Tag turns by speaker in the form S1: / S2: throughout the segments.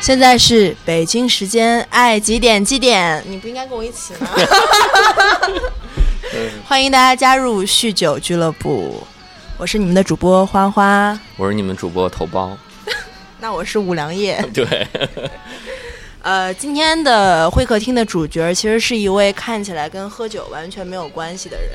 S1: 现在是北京时间，爱几点几点？你不应该跟我一起吗？欢迎大家加入酗酒俱乐部，我是你们的主播花花，
S2: 我是你们主播头孢，
S1: 那我是五粮液。
S2: 对，
S1: 呃，今天的会客厅的主角其实是一位看起来跟喝酒完全没有关系的人，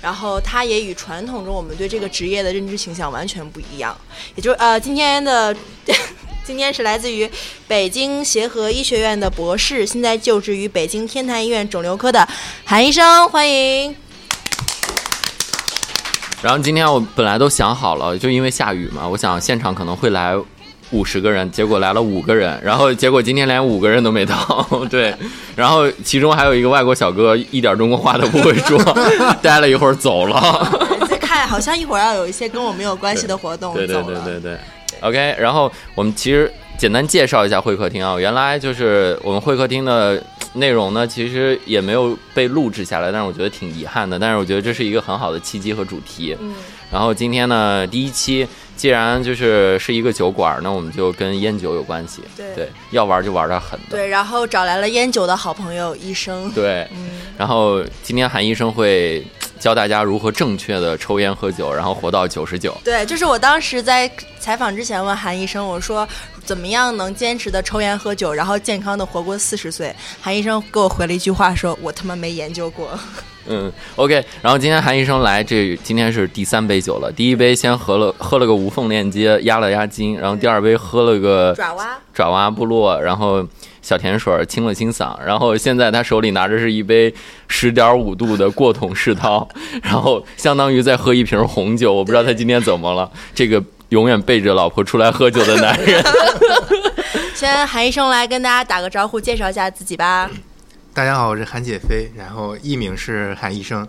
S1: 然后他也与传统中我们对这个职业的认知形象完全不一样。也就是呃，今天的 今天是来自于北京协和医学院的博士，现在就职于北京天坛医院肿瘤科的韩医生，欢 迎。
S2: 然后今天我本来都想好了，就因为下雨嘛，我想现场可能会来五十个人，结果来了五个人，然后结果今天连五个人都没到， 对，然后其中还有一个外国小哥，一点中国话都不会说，待了一会儿走了，
S1: 再看，好像一会儿要有一些跟我没有关系的活动，
S2: 对对
S1: 走
S2: 对
S1: 了
S2: 对对，OK，然后我们其实简单介绍一下会客厅啊，原来就是我们会客厅的。内容呢，其实也没有被录制下来，但是我觉得挺遗憾的。但是我觉得这是一个很好的契机和主题。
S1: 嗯，
S2: 然后今天呢，第一期既然就是是一个酒馆，那我们就跟烟酒有关系。
S1: 对
S2: 要玩就玩点狠的。
S1: 对，然后找来了烟酒的好朋友医生。
S2: 对
S1: 嗯，
S2: 然后今天韩医生会教大家如何正确的抽烟喝酒，然后活到九十九。
S1: 对，就是我当时在采访之前问韩医生，我说怎么样能坚持的抽烟喝酒，然后健康的活过四十岁？韩医生给我回了一句话说，我他妈没研究过。
S2: 嗯，OK。然后今天韩医生来，这今天是第三杯酒了。第一杯先喝了喝了个无缝链接，压了压惊。然后第二杯喝了个
S1: 爪哇，
S2: 爪哇部落，然后小甜水儿清了清嗓，然后现在他手里拿着是一杯十点五度的过桶世涛，然后相当于在喝一瓶红酒。我不知道他今天怎么了，这个永远背着老婆出来喝酒的男人。
S1: 先韩医生来跟大家打个招呼，介绍一下自己吧。
S3: 大家好，我是韩姐飞，然后艺名是韩医生，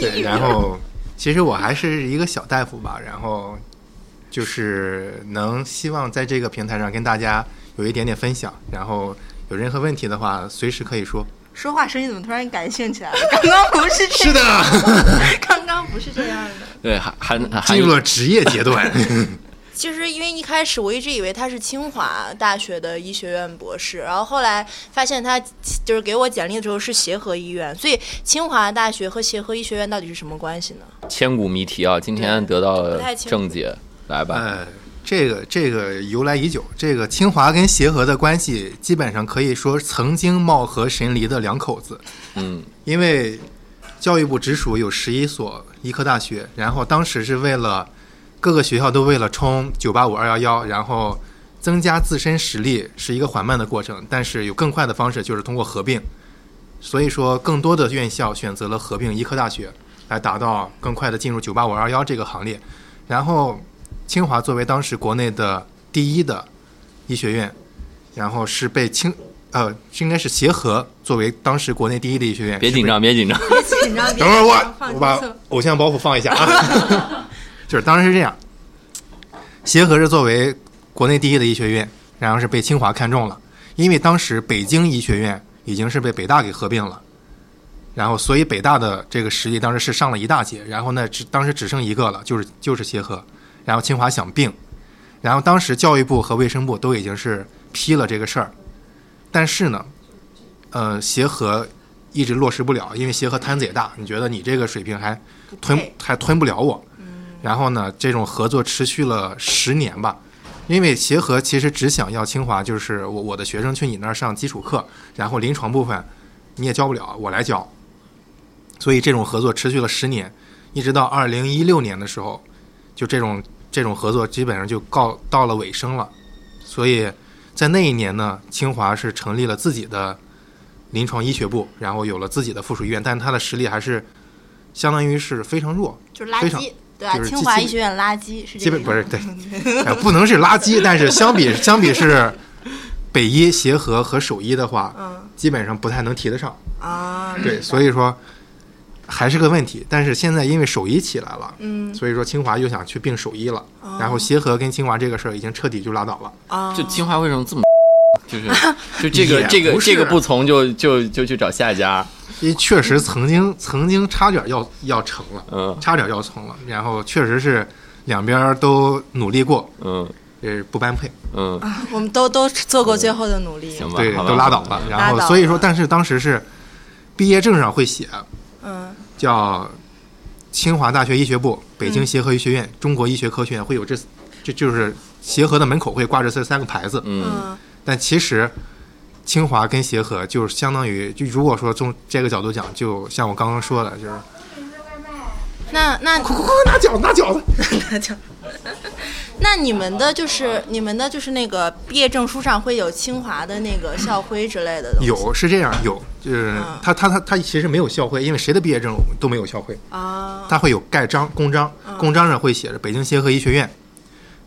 S3: 对，然后其实我还是一个小大夫吧，然后就是能希望在这个平台上跟大家有一点点分享，然后有任何问题的话随时可以说。
S1: 说话声音怎么突然感兴趣来了？啊刚刚不是这
S3: 是的，
S1: 刚刚不是这样的。
S2: 对，韩韩韩
S3: 进入
S2: 医
S3: 了职业阶段，
S1: 其实因为一开始我一直以为他是清华大学的医学院博士，然后后来发现他就是给我简历的时候是协和医院，所以清华大学和协和医学院到底是什么关系呢？
S2: 千古谜题啊，今天得到了
S1: 不太清楚
S2: 正解，来吧。
S3: 呃，这个这个由来已久，这个清华跟协和的关系基本上可以说曾经貌合神离的两口子，
S2: 嗯，
S3: 因为教育部直属有十一所医科大学，然后当时是为了各个学校都为了冲九八五二幺幺，然后增加自身实力是一个缓慢的过程，但是有更快的方式就是通过合并，所以说更多的院校选择了合并医科大学，来达到更快的进入九八五二幺这个行列。然后清华作为当时国内的第一的医学院，然后是被清呃应该是协和作为当时国内第一的医学院，
S2: 别紧张，别紧张。
S1: 别紧张，
S3: 等会儿我我把偶像包袱放一下啊， 就是当时是这样，协和是作为国内第一的医学院，然后是被清华看中了，因为当时北京医学院已经是被北大给合并了，然后所以北大的这个实力当时是上了一大截，然后呢只当时只剩一个了，就是就是协和，然后清华想并，然后当时教育部和卫生部都已经是批了这个事儿，但是呢，呃，协和一直落实不了，因为协和摊子也大，你觉得你这个水平还吞
S1: 配
S3: 还吞不了我。然后呢，这种合作持续了十年吧，因为协和其实只想要清华，就是我我的学生去你那儿上基础课，然后临床部分你也教不了，我来教。所以这种合作持续了十年，一直到二零一六年的时候，就这种这种合作基本上就告到了尾声了。所以在那一年呢，清华是成立了自己的临床医学部，然后有了自己的附属医院，但它的实力还是相当于是非常弱，
S1: 就是垃
S3: 非常
S1: 圾，对吧？
S3: 就是
S1: 清华
S3: 基
S1: 医学院垃圾是这
S3: 基
S1: 个
S3: 本
S1: 意思
S3: 不是对，哎不能是垃圾，但是相比相比是北医、协和和首医的话，
S1: 嗯
S3: 基本上不太能提得上。
S1: 啊，
S3: 对，所以说还是个问题。但是现在因为首医起来了，
S1: 嗯
S3: 所以说清华又想去并首医了，
S1: 哦
S3: 然后协和跟清华这个事儿已经彻底就拉倒了。
S1: 啊，
S2: 就清华为什么这么 就是就这
S3: 也
S2: 个这个
S3: 不是
S2: 这个不从就就就去找下家，
S3: 因为确实曾经曾经差点要要成了，
S2: 嗯
S3: 差点要成了，然后确实是两边儿都努力过，
S2: 嗯，
S3: 呃不般配，
S2: 嗯，
S1: 啊，我们都都做
S3: 嗯
S1: 过最后的努力。
S2: 行吧，
S3: 对，
S2: 好吧
S3: 都拉倒吧。
S1: 拉
S3: 然后
S1: 倒
S3: 所以
S1: 了
S3: 说，但是当时是毕业证上会写
S1: 嗯
S3: 叫清华大学医学部、北
S1: 嗯
S3: 京协和医学院、中国医学科学院会有这，这就是协和的门口会挂着这三个牌子。
S2: 嗯，
S1: 嗯
S3: 但其实清华跟协和就是相当于，就如果说从这个角度讲，就像我刚刚说的，就是
S1: 那那
S3: 快快快拿饺子拿饺子，
S1: 那 就，那你们的就是你们的就是那个毕业证书上会有清华的那个校徽之类的东西
S3: 有是这样有，就是
S1: 啊
S3: 他他他他其实没有校徽，因为谁的毕业证都没有校徽。
S1: 啊，嗯
S3: 它会有盖章、公章，公章上会写着北京协和医学院、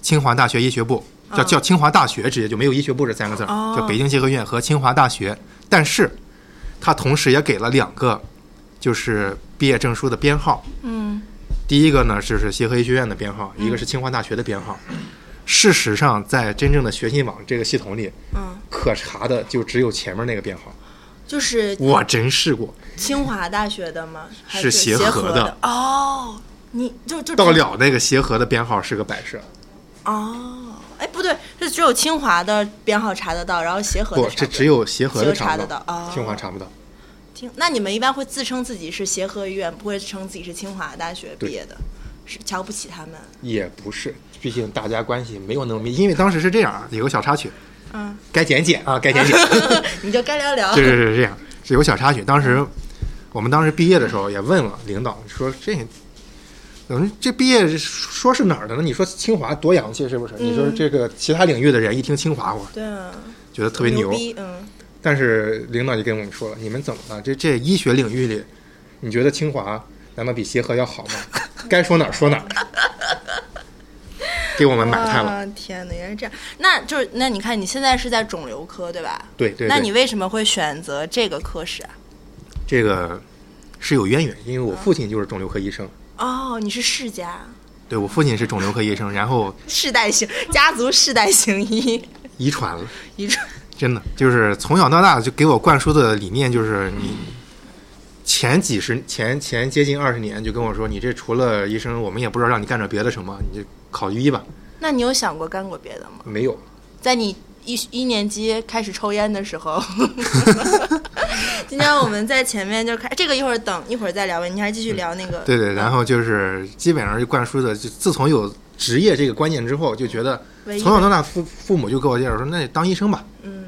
S3: 清华大学医学部，叫叫清华大学，直接就没有医学部这三个字儿，
S1: 嗯哦
S3: 叫北京协和医院和清华大学。但是，它同时也给了两个，就是毕业证书的编号。
S1: 嗯
S3: 第一个呢，就是协和医学院的编号，一个是清华大学的编号。事实上，在真正的学信网这个系统里，
S1: 嗯，
S3: 可查的就只有前面那个编号。
S1: 就是
S3: 我真试过，
S1: 清华大学的吗？还
S3: 是
S1: 协
S3: 协
S1: 和
S3: 和的
S1: 哦，你就就
S3: 到了那个协和的编号是个摆设，
S1: 哦，哎不对，是只有清华的编号查得到，然后协和的
S3: 不，
S1: 查
S3: 这
S1: 到
S3: 只有协和的
S1: 协和查
S3: 查
S1: 得
S3: 不
S1: 到哦
S3: 清华查不到。
S1: 清。那你们一般会自称自己是协和医院，不会称自己是清华大学毕
S3: 对
S1: 业的，是瞧不起他们。
S3: 也不是，毕竟大家关系没有那么密。因为当时是这样啊，有个小插曲，
S1: 嗯，
S3: 该减减啊，该 减减，
S1: 你就该聊聊。
S3: 是是是这样，是有个小插曲。当时我们当时毕业的时候也问了领导，说这。我们这毕业说是哪儿的呢？你说清华多洋气是不是？你
S1: 嗯
S3: 说这个其他领域的人一听清华，我
S1: 对啊，
S3: 觉得特别牛。
S1: 逼，嗯。
S3: 但是领导就跟我们说了，你们怎么了？这这医学领域里，你觉得清华难道比协和要好吗？该说哪儿说哪儿，给我们买
S1: 啊
S3: 炭了。
S1: 天哪，原来这样。那就是那你看，你现在是在肿瘤科对吧？
S3: 对对对。
S1: 那你为什么会选择这个科室啊？
S3: 这个是有渊源，因为我父亲就是肿瘤科医生，
S1: 哦，你是世家，
S3: 对我父亲是肿瘤科医生，然后
S1: 世代型家族世代型医
S3: 遗传了，
S1: 遗传。
S3: 真的就是从小到大就给我灌输的理念就是你前几十前前接近二十年就跟我说，你这除了医生，我们也不知道让你干点别的什么，你就考医吧，
S1: 那你有想过干过别的吗？
S3: 没有。
S1: 在你一一年级开始抽烟的时候，今天我们在前面就开这个一会儿等一会儿再聊吧，你还继续聊那个。
S3: 对对，然后就是基本上就灌输的，就自从有职业这个观念之后，就觉得
S1: 唯一
S3: 从小到大父父母就给我介绍说，那你当医生吧，
S1: 嗯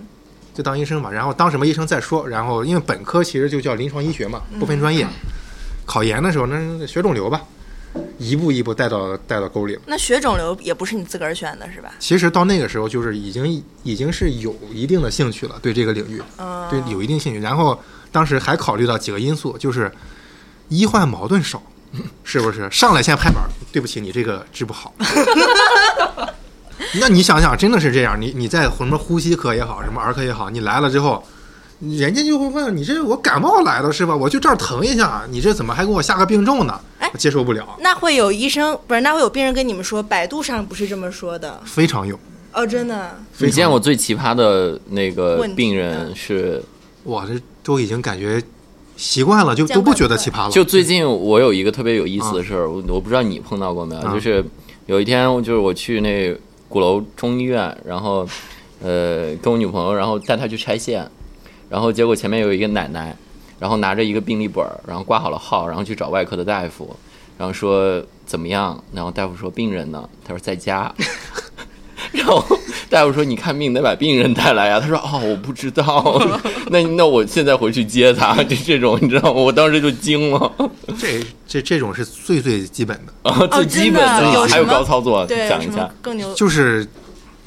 S3: 就当医生吧，然后当什么医生再说。然后因为本科其实就叫临床医学嘛，
S1: 嗯
S3: 不分专业。考研的时候，那那学肿瘤吧，一步一步带到带到沟里了。
S1: 那血肿瘤也不是你自个儿选的是吧？
S3: 其实到那个时候，就是已经已经是有一定的兴趣了，对这个领域，
S1: 嗯，
S3: 对有一定兴趣。然后当时还考虑到几个因素，就是医患矛盾少，是不是？上来先拍板儿，对不起，你这个治 不好。那你想想，真的是这样。你你在什么呼吸科也好，什么儿科也好，你来了之后，人家就会问你这我感冒来了是吧？我就这儿疼一下，你这怎么还给我下个病重呢
S1: 哎？
S3: 我接受不了，
S1: 那会有医生不是？那会有病人跟你们说，百度上不是这么说的
S3: 非常有
S1: 哦，真的。
S3: 嗯
S2: 你见我最奇葩的那个
S1: 问题啊
S2: 病人是，
S3: 哇，这都已经感觉习惯了，就
S1: 见
S3: 都不
S1: 怪不
S3: 觉得
S1: 怪
S3: 奇葩了。
S2: 就最近我有一个特别有意思的事儿，我我不知道你碰到过没有，
S3: 啊
S2: 就是有一天就是我去那鼓楼中医院，然后呃跟我女朋友，然后带她去拆线，然后结果前面有一个奶奶，然后拿着一个病历本儿，然后挂好了号，然后去找外科的大夫，然后说怎么样，然后大夫说病人呢，他说在家。 然后大夫说：“你看病得把病人带来呀、他说：“哦，我不知道。 那那我现在回去接他，就这种你知道吗？我当时就惊了。
S3: 这这这种是最最基本的。
S2: 啊， 最基本
S1: 哦真的有什么
S2: 还有高操作，
S1: 对，
S2: 讲
S1: 什
S2: 一
S1: 么
S2: 下。
S1: 更牛？
S3: 就是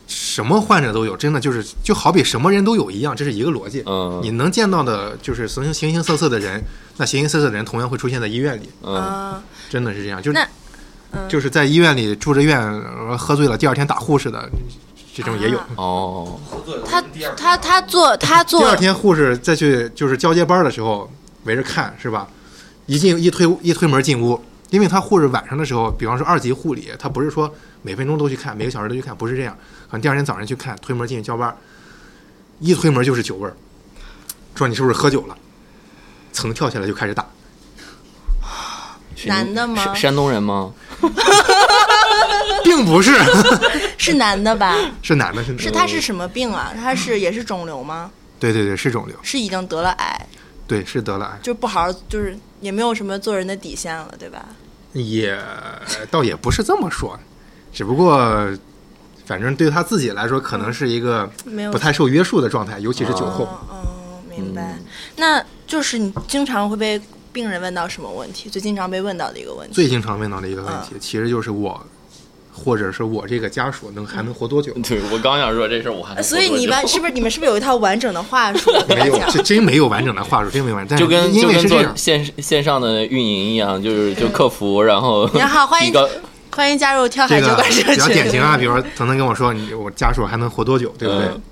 S3: 什么患者都有，真的就是就好比什么人都有一样，这是一个逻辑。
S2: 嗯
S3: 你能见到的就是形形形色色的人，那形形色色的人同样会出现在医院里，
S2: 嗯，
S1: 啊，
S3: 真的是这样。就是
S1: 那
S3: 就是在医院里住着院，呃喝醉了第二天打护士的，这种也有。
S1: 啊
S2: 哦，
S1: 他他他做他
S3: 嗯第
S1: 做
S3: 二天护士再去就是交接班的时候围着看是吧？一进一推一推门进屋，因为他护士晚上的时候，比方说二级护理，他不是说每分钟都去看，每个小时都去看，不是这样。可能第二天早上去看，推门进去交班，一推门就是酒味儿，说你是不是喝酒了？噌跳起来就开始打，
S2: 是
S1: 男的吗
S2: 是？山东人吗？
S3: 并不是，
S1: 是男的吧？
S3: 是男的，是男的
S1: 是他是什么病啊？他是也是肿瘤吗？
S3: 对对对，是肿瘤，
S1: 是已经得了癌，
S3: 对，是得了癌，
S1: 就不好好就是也没有什么做人的底线了，对吧？
S3: 也倒也不是这么说，只不过反正对他自己来说，可能是一个
S1: 没有
S3: 不太受约束的状态，尤其是酒后。
S1: 哦，哦
S3: 嗯
S1: 明白。那就是你经常会被病人问到什么问题？最经常被问到的一个问题。
S3: 最经常问到的一个问
S1: 嗯
S3: 题，其实就是我，或者是我这个家属能还能活多久？
S1: 嗯
S2: 对我刚想说这事儿，我还
S1: 所以你
S2: 吧
S1: 们，是不是你们是不是有一套完整的话术跟
S3: 没
S1: 大
S3: 有，
S1: 家
S3: 这真没有完整的话术，真没有完整。
S2: 就跟
S3: 但是嗯因
S2: 就
S3: 为
S2: 跟
S3: 是这样
S2: 做，线线上的运营一样，就是就客服，然后
S1: 你好欢迎
S2: 提高
S1: 欢迎加入跳海
S3: 这
S1: 酒
S3: 个
S1: 馆社
S3: 比较
S1: 群。
S3: 典型啊，比如说腾腾跟我说，你我家属还能活多久，对不对？
S2: 嗯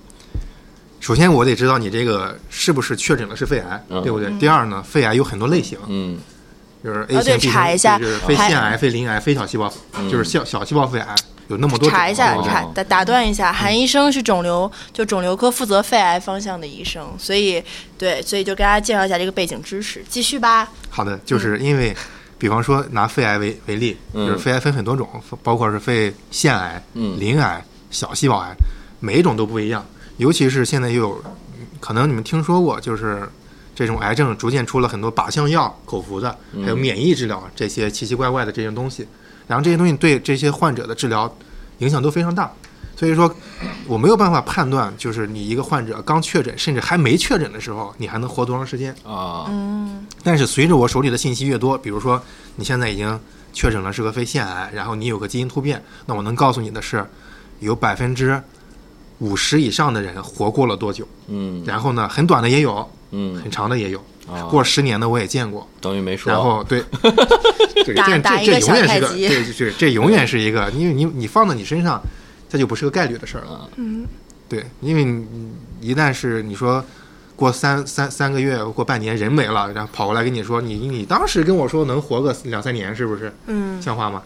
S3: 首先我得知道你这个是不是确诊的是肺癌，
S2: 嗯
S3: 对不对？第二呢，肺癌有很多类型，
S2: 嗯
S3: 就是 A
S1: 哦
S3: 型、
S1: 对
S3: B 型
S1: 查一下
S3: 就是非
S1: 还
S3: 腺癌、非鳞癌、非小细胞，就是小小细胞肺癌，有那么多种。嗯
S1: 查一下，
S2: 哦
S1: 查打打断一下，韩医生是肿瘤就肿瘤科负责肺癌方向的医生，所以对，所以就给大家介绍一下这个背景知识。继续吧，
S3: 好的，就是因为，比方说拿肺癌为为例，
S2: 嗯
S3: 就是肺癌分很多种，包括是肺腺癌、
S2: 嗯
S3: 鳞癌、小细胞癌，每一种都不一样。尤其是现在又有，可能你们听说过，就是这种癌症逐渐出了很多靶向药、口服的，还有
S2: 嗯
S3: 免疫治疗这些奇奇怪怪的这些东西。然后这些东西对这些患者的治疗影响都非常大。所以说，我没有办法判断，就是你一个患者刚确诊，甚至还没确诊的时候，你还能活多长时间。
S2: 啊
S1: 嗯
S3: 但是随着我手里的信息越多，比如说你现在已经确诊了是个肺腺癌，然后你有个基因突变，那我能告诉你的是，有百分之五十以上的人活过了多久。
S2: 嗯
S3: 然后呢，很短的也有，
S2: 嗯
S3: 很长的也有，
S2: 啊
S3: 过十年的我也见过。
S2: 等于没说，
S3: 然后对，这个
S1: 打
S3: 这
S1: 打
S3: 这
S1: 一
S3: 这
S1: 个
S3: 永
S1: 小
S3: 远是个
S1: 太极
S3: 对这这永远是一个，因为你你放到你身上，这就不是个概率的事儿了。
S1: 嗯，
S3: 对，因为你一旦是你说过三三三个月过半年人没了，然后跑过来跟你说你你当时跟我说能活个两三年，是不是？
S1: 嗯
S3: 像话吗？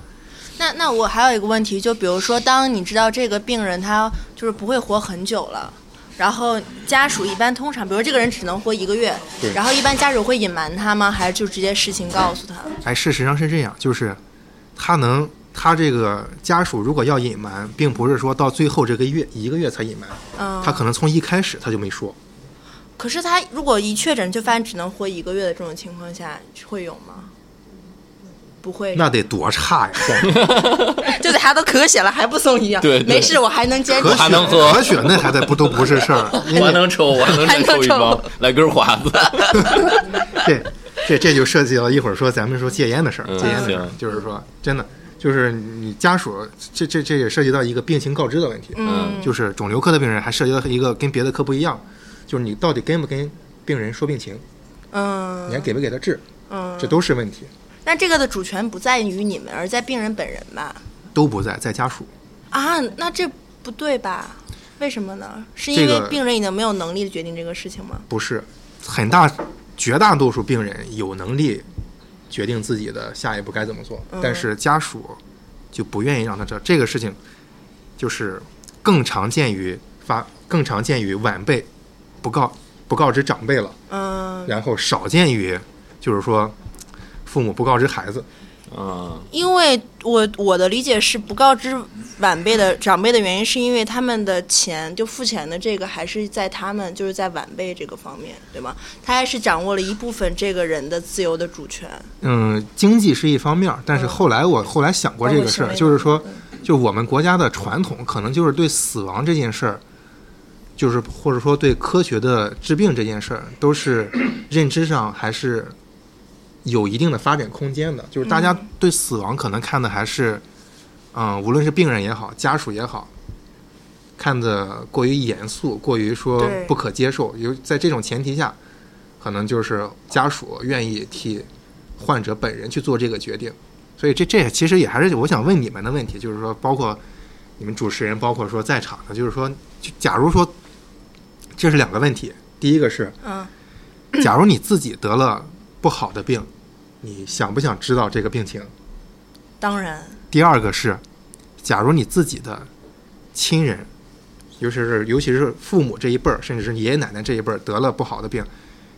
S1: 那那我还有一个问题，就比如说，当你知道这个病人他就是不会活很久了。然后家属一般通常，比如这个人只能活一个月，
S3: 对
S1: 然后一般家属会隐瞒他吗？还是就直接实情告诉他？
S3: 哎，事实上是这样，就是他能他这个家属如果要隐瞒，并不是说到最后这个月一个月才隐瞒，
S1: 嗯，
S3: 他可能从一开始他就没说。
S1: 可是他如果一确诊就发现只能活一个月的这种情况下，会有吗？不会，
S3: 那得多差 呀！
S1: 就大家都咳血了还不送医啊？
S2: 对对
S1: 没事，我还能坚持
S3: 咳。
S2: 还能
S3: 血
S2: 喝
S3: 咳血那还得不都不 是事儿，因
S2: 我还
S3: 为
S2: 能抽，我还能再抽一
S1: 还
S2: 包
S1: 能，
S2: 来根华子。
S3: 这这这就涉及到一会儿说咱们说戒烟的事儿，
S2: 嗯
S3: 戒烟的事儿
S2: 行
S3: 就是说真的，就是你家属这这这也涉及到一个病情告知的问题，
S1: 嗯，
S3: 就是肿瘤科的病人还涉及到一个跟别的科不一样，就是你到底跟不跟病人说病情，你
S1: 嗯
S3: 还给不给他治，这
S1: 嗯，
S3: 都是问题，
S1: 那这个的主权不在于你们，而在病人本人吧？
S3: 都不在在家属。
S1: 啊，那这不对吧？为什么呢？是
S3: 这
S1: 因为
S3: 个
S1: 病人已经没有能力决定这个事情吗？
S3: 不是，很大绝大多数病人有能力决定自己的下一步该怎么做，
S1: 嗯
S3: 但是家属就不愿意让他知道这个事情，就是更常见于发更常见于晚辈不告不告知长辈了，
S1: 嗯，
S3: 然后少见于就是说父母不告知孩子，
S2: 嗯，
S1: 因为我我的理解是不告知晚辈的长辈的原因，是因为他们的钱就付钱的这个还是在他们就是在晚辈这个方面，对吗？他还是掌握了一部分这个人的自由的主权。
S3: 嗯，经济是一方面儿，但是后来嗯我后来嗯想过这个事
S1: 包括行
S3: 儿，
S1: 为
S3: 就是说，就我们国家的传统，可能就是对死亡这件事儿，就是或者说对科学的治病这件事儿，都是认知上还是有一定的发展空间的。就是大家
S1: 嗯
S3: 对死亡可能看的还是，嗯，无论是病人也好，家属也好，看的过于严肃，过于说
S1: 对
S3: 不可接受。有在这种前提下，可能就是家属愿意替患者本人去做这个决定。所以这这其实也还是我想问你们的问题，就是说，包括你们主持人，包括说在场的，就是说，就假如说这是两个问题，第一个是，
S1: 嗯，
S3: 假如你自己得了不好的病，你想不想知道这个病情？
S1: 当然，
S3: 第二个是，假如你自己的亲人，尤其是尤其是父母这一辈儿，甚至是爷爷奶奶这一辈儿得了不好的病，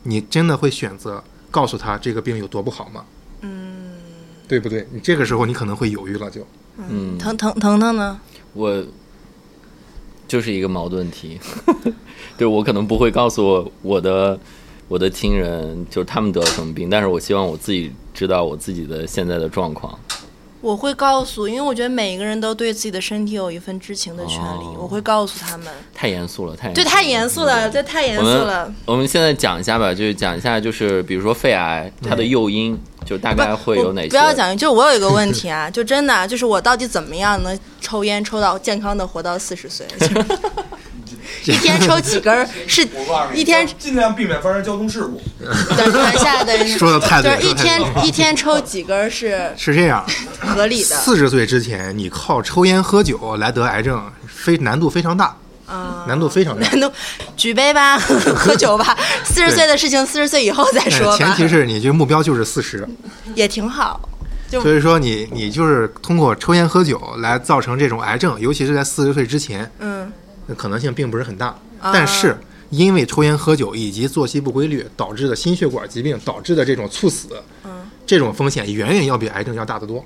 S3: 你真的会选择告诉他这个病有多不好吗？
S1: 嗯，
S3: 对不对？你这个时候你可能会犹豫了就，
S2: 嗯，
S1: 腾腾腾腾呢？
S2: 我就是一个矛盾体， 对我可能不会告诉我我的我的亲人，就是他们得了什么病，但是我希望我自己知道我自己的现在的状况。
S1: 我会告诉，因为我觉得每一个人都对自己的身体有一份知情的权利，
S2: 哦
S1: 我会告诉他们。
S2: 太严肃了，太严肃
S1: 对，
S2: 了
S1: 太严肃了，这太严
S2: 我
S1: 肃
S2: 们
S1: 了。
S2: 我们现在讲一下吧，就是讲一下，就是比如说肺癌它的诱因，就大概会有哪
S1: 嗯
S2: 些？
S1: 不要讲，就是我有一个问题啊，就 真的啊、就是我到底怎么样能抽烟抽到健康的活到四十岁？ 就是一天抽几根儿是
S4: 我告诉你，
S1: 一天
S4: 尽量避免发生交通事故。
S1: 等传下的人
S3: 说得太对
S1: 就是一
S3: 说得太
S1: 天
S3: 对
S1: 一天抽几根儿是
S3: 是这样。
S1: 合理的
S3: 四十岁之前，你靠抽烟喝酒来得癌症，非难度非常大，
S1: 啊。
S3: 难度非常大。
S1: 难度举杯吧， 喝酒吧。四十岁的事情，四十岁以后再 说吧。
S3: 呃前提是你这目标就是四十，
S1: 也挺好，就
S3: 所以说你你就是通过抽烟喝酒来造成这种癌症，尤其是在四十岁之前，
S1: 嗯
S3: 那可能性并不是很大。
S1: 啊
S3: 但是因为抽烟喝酒以及作息不规律导致的心血管疾病导致的这种猝死，
S1: 嗯
S3: 这种风险远远要比癌症要大得多。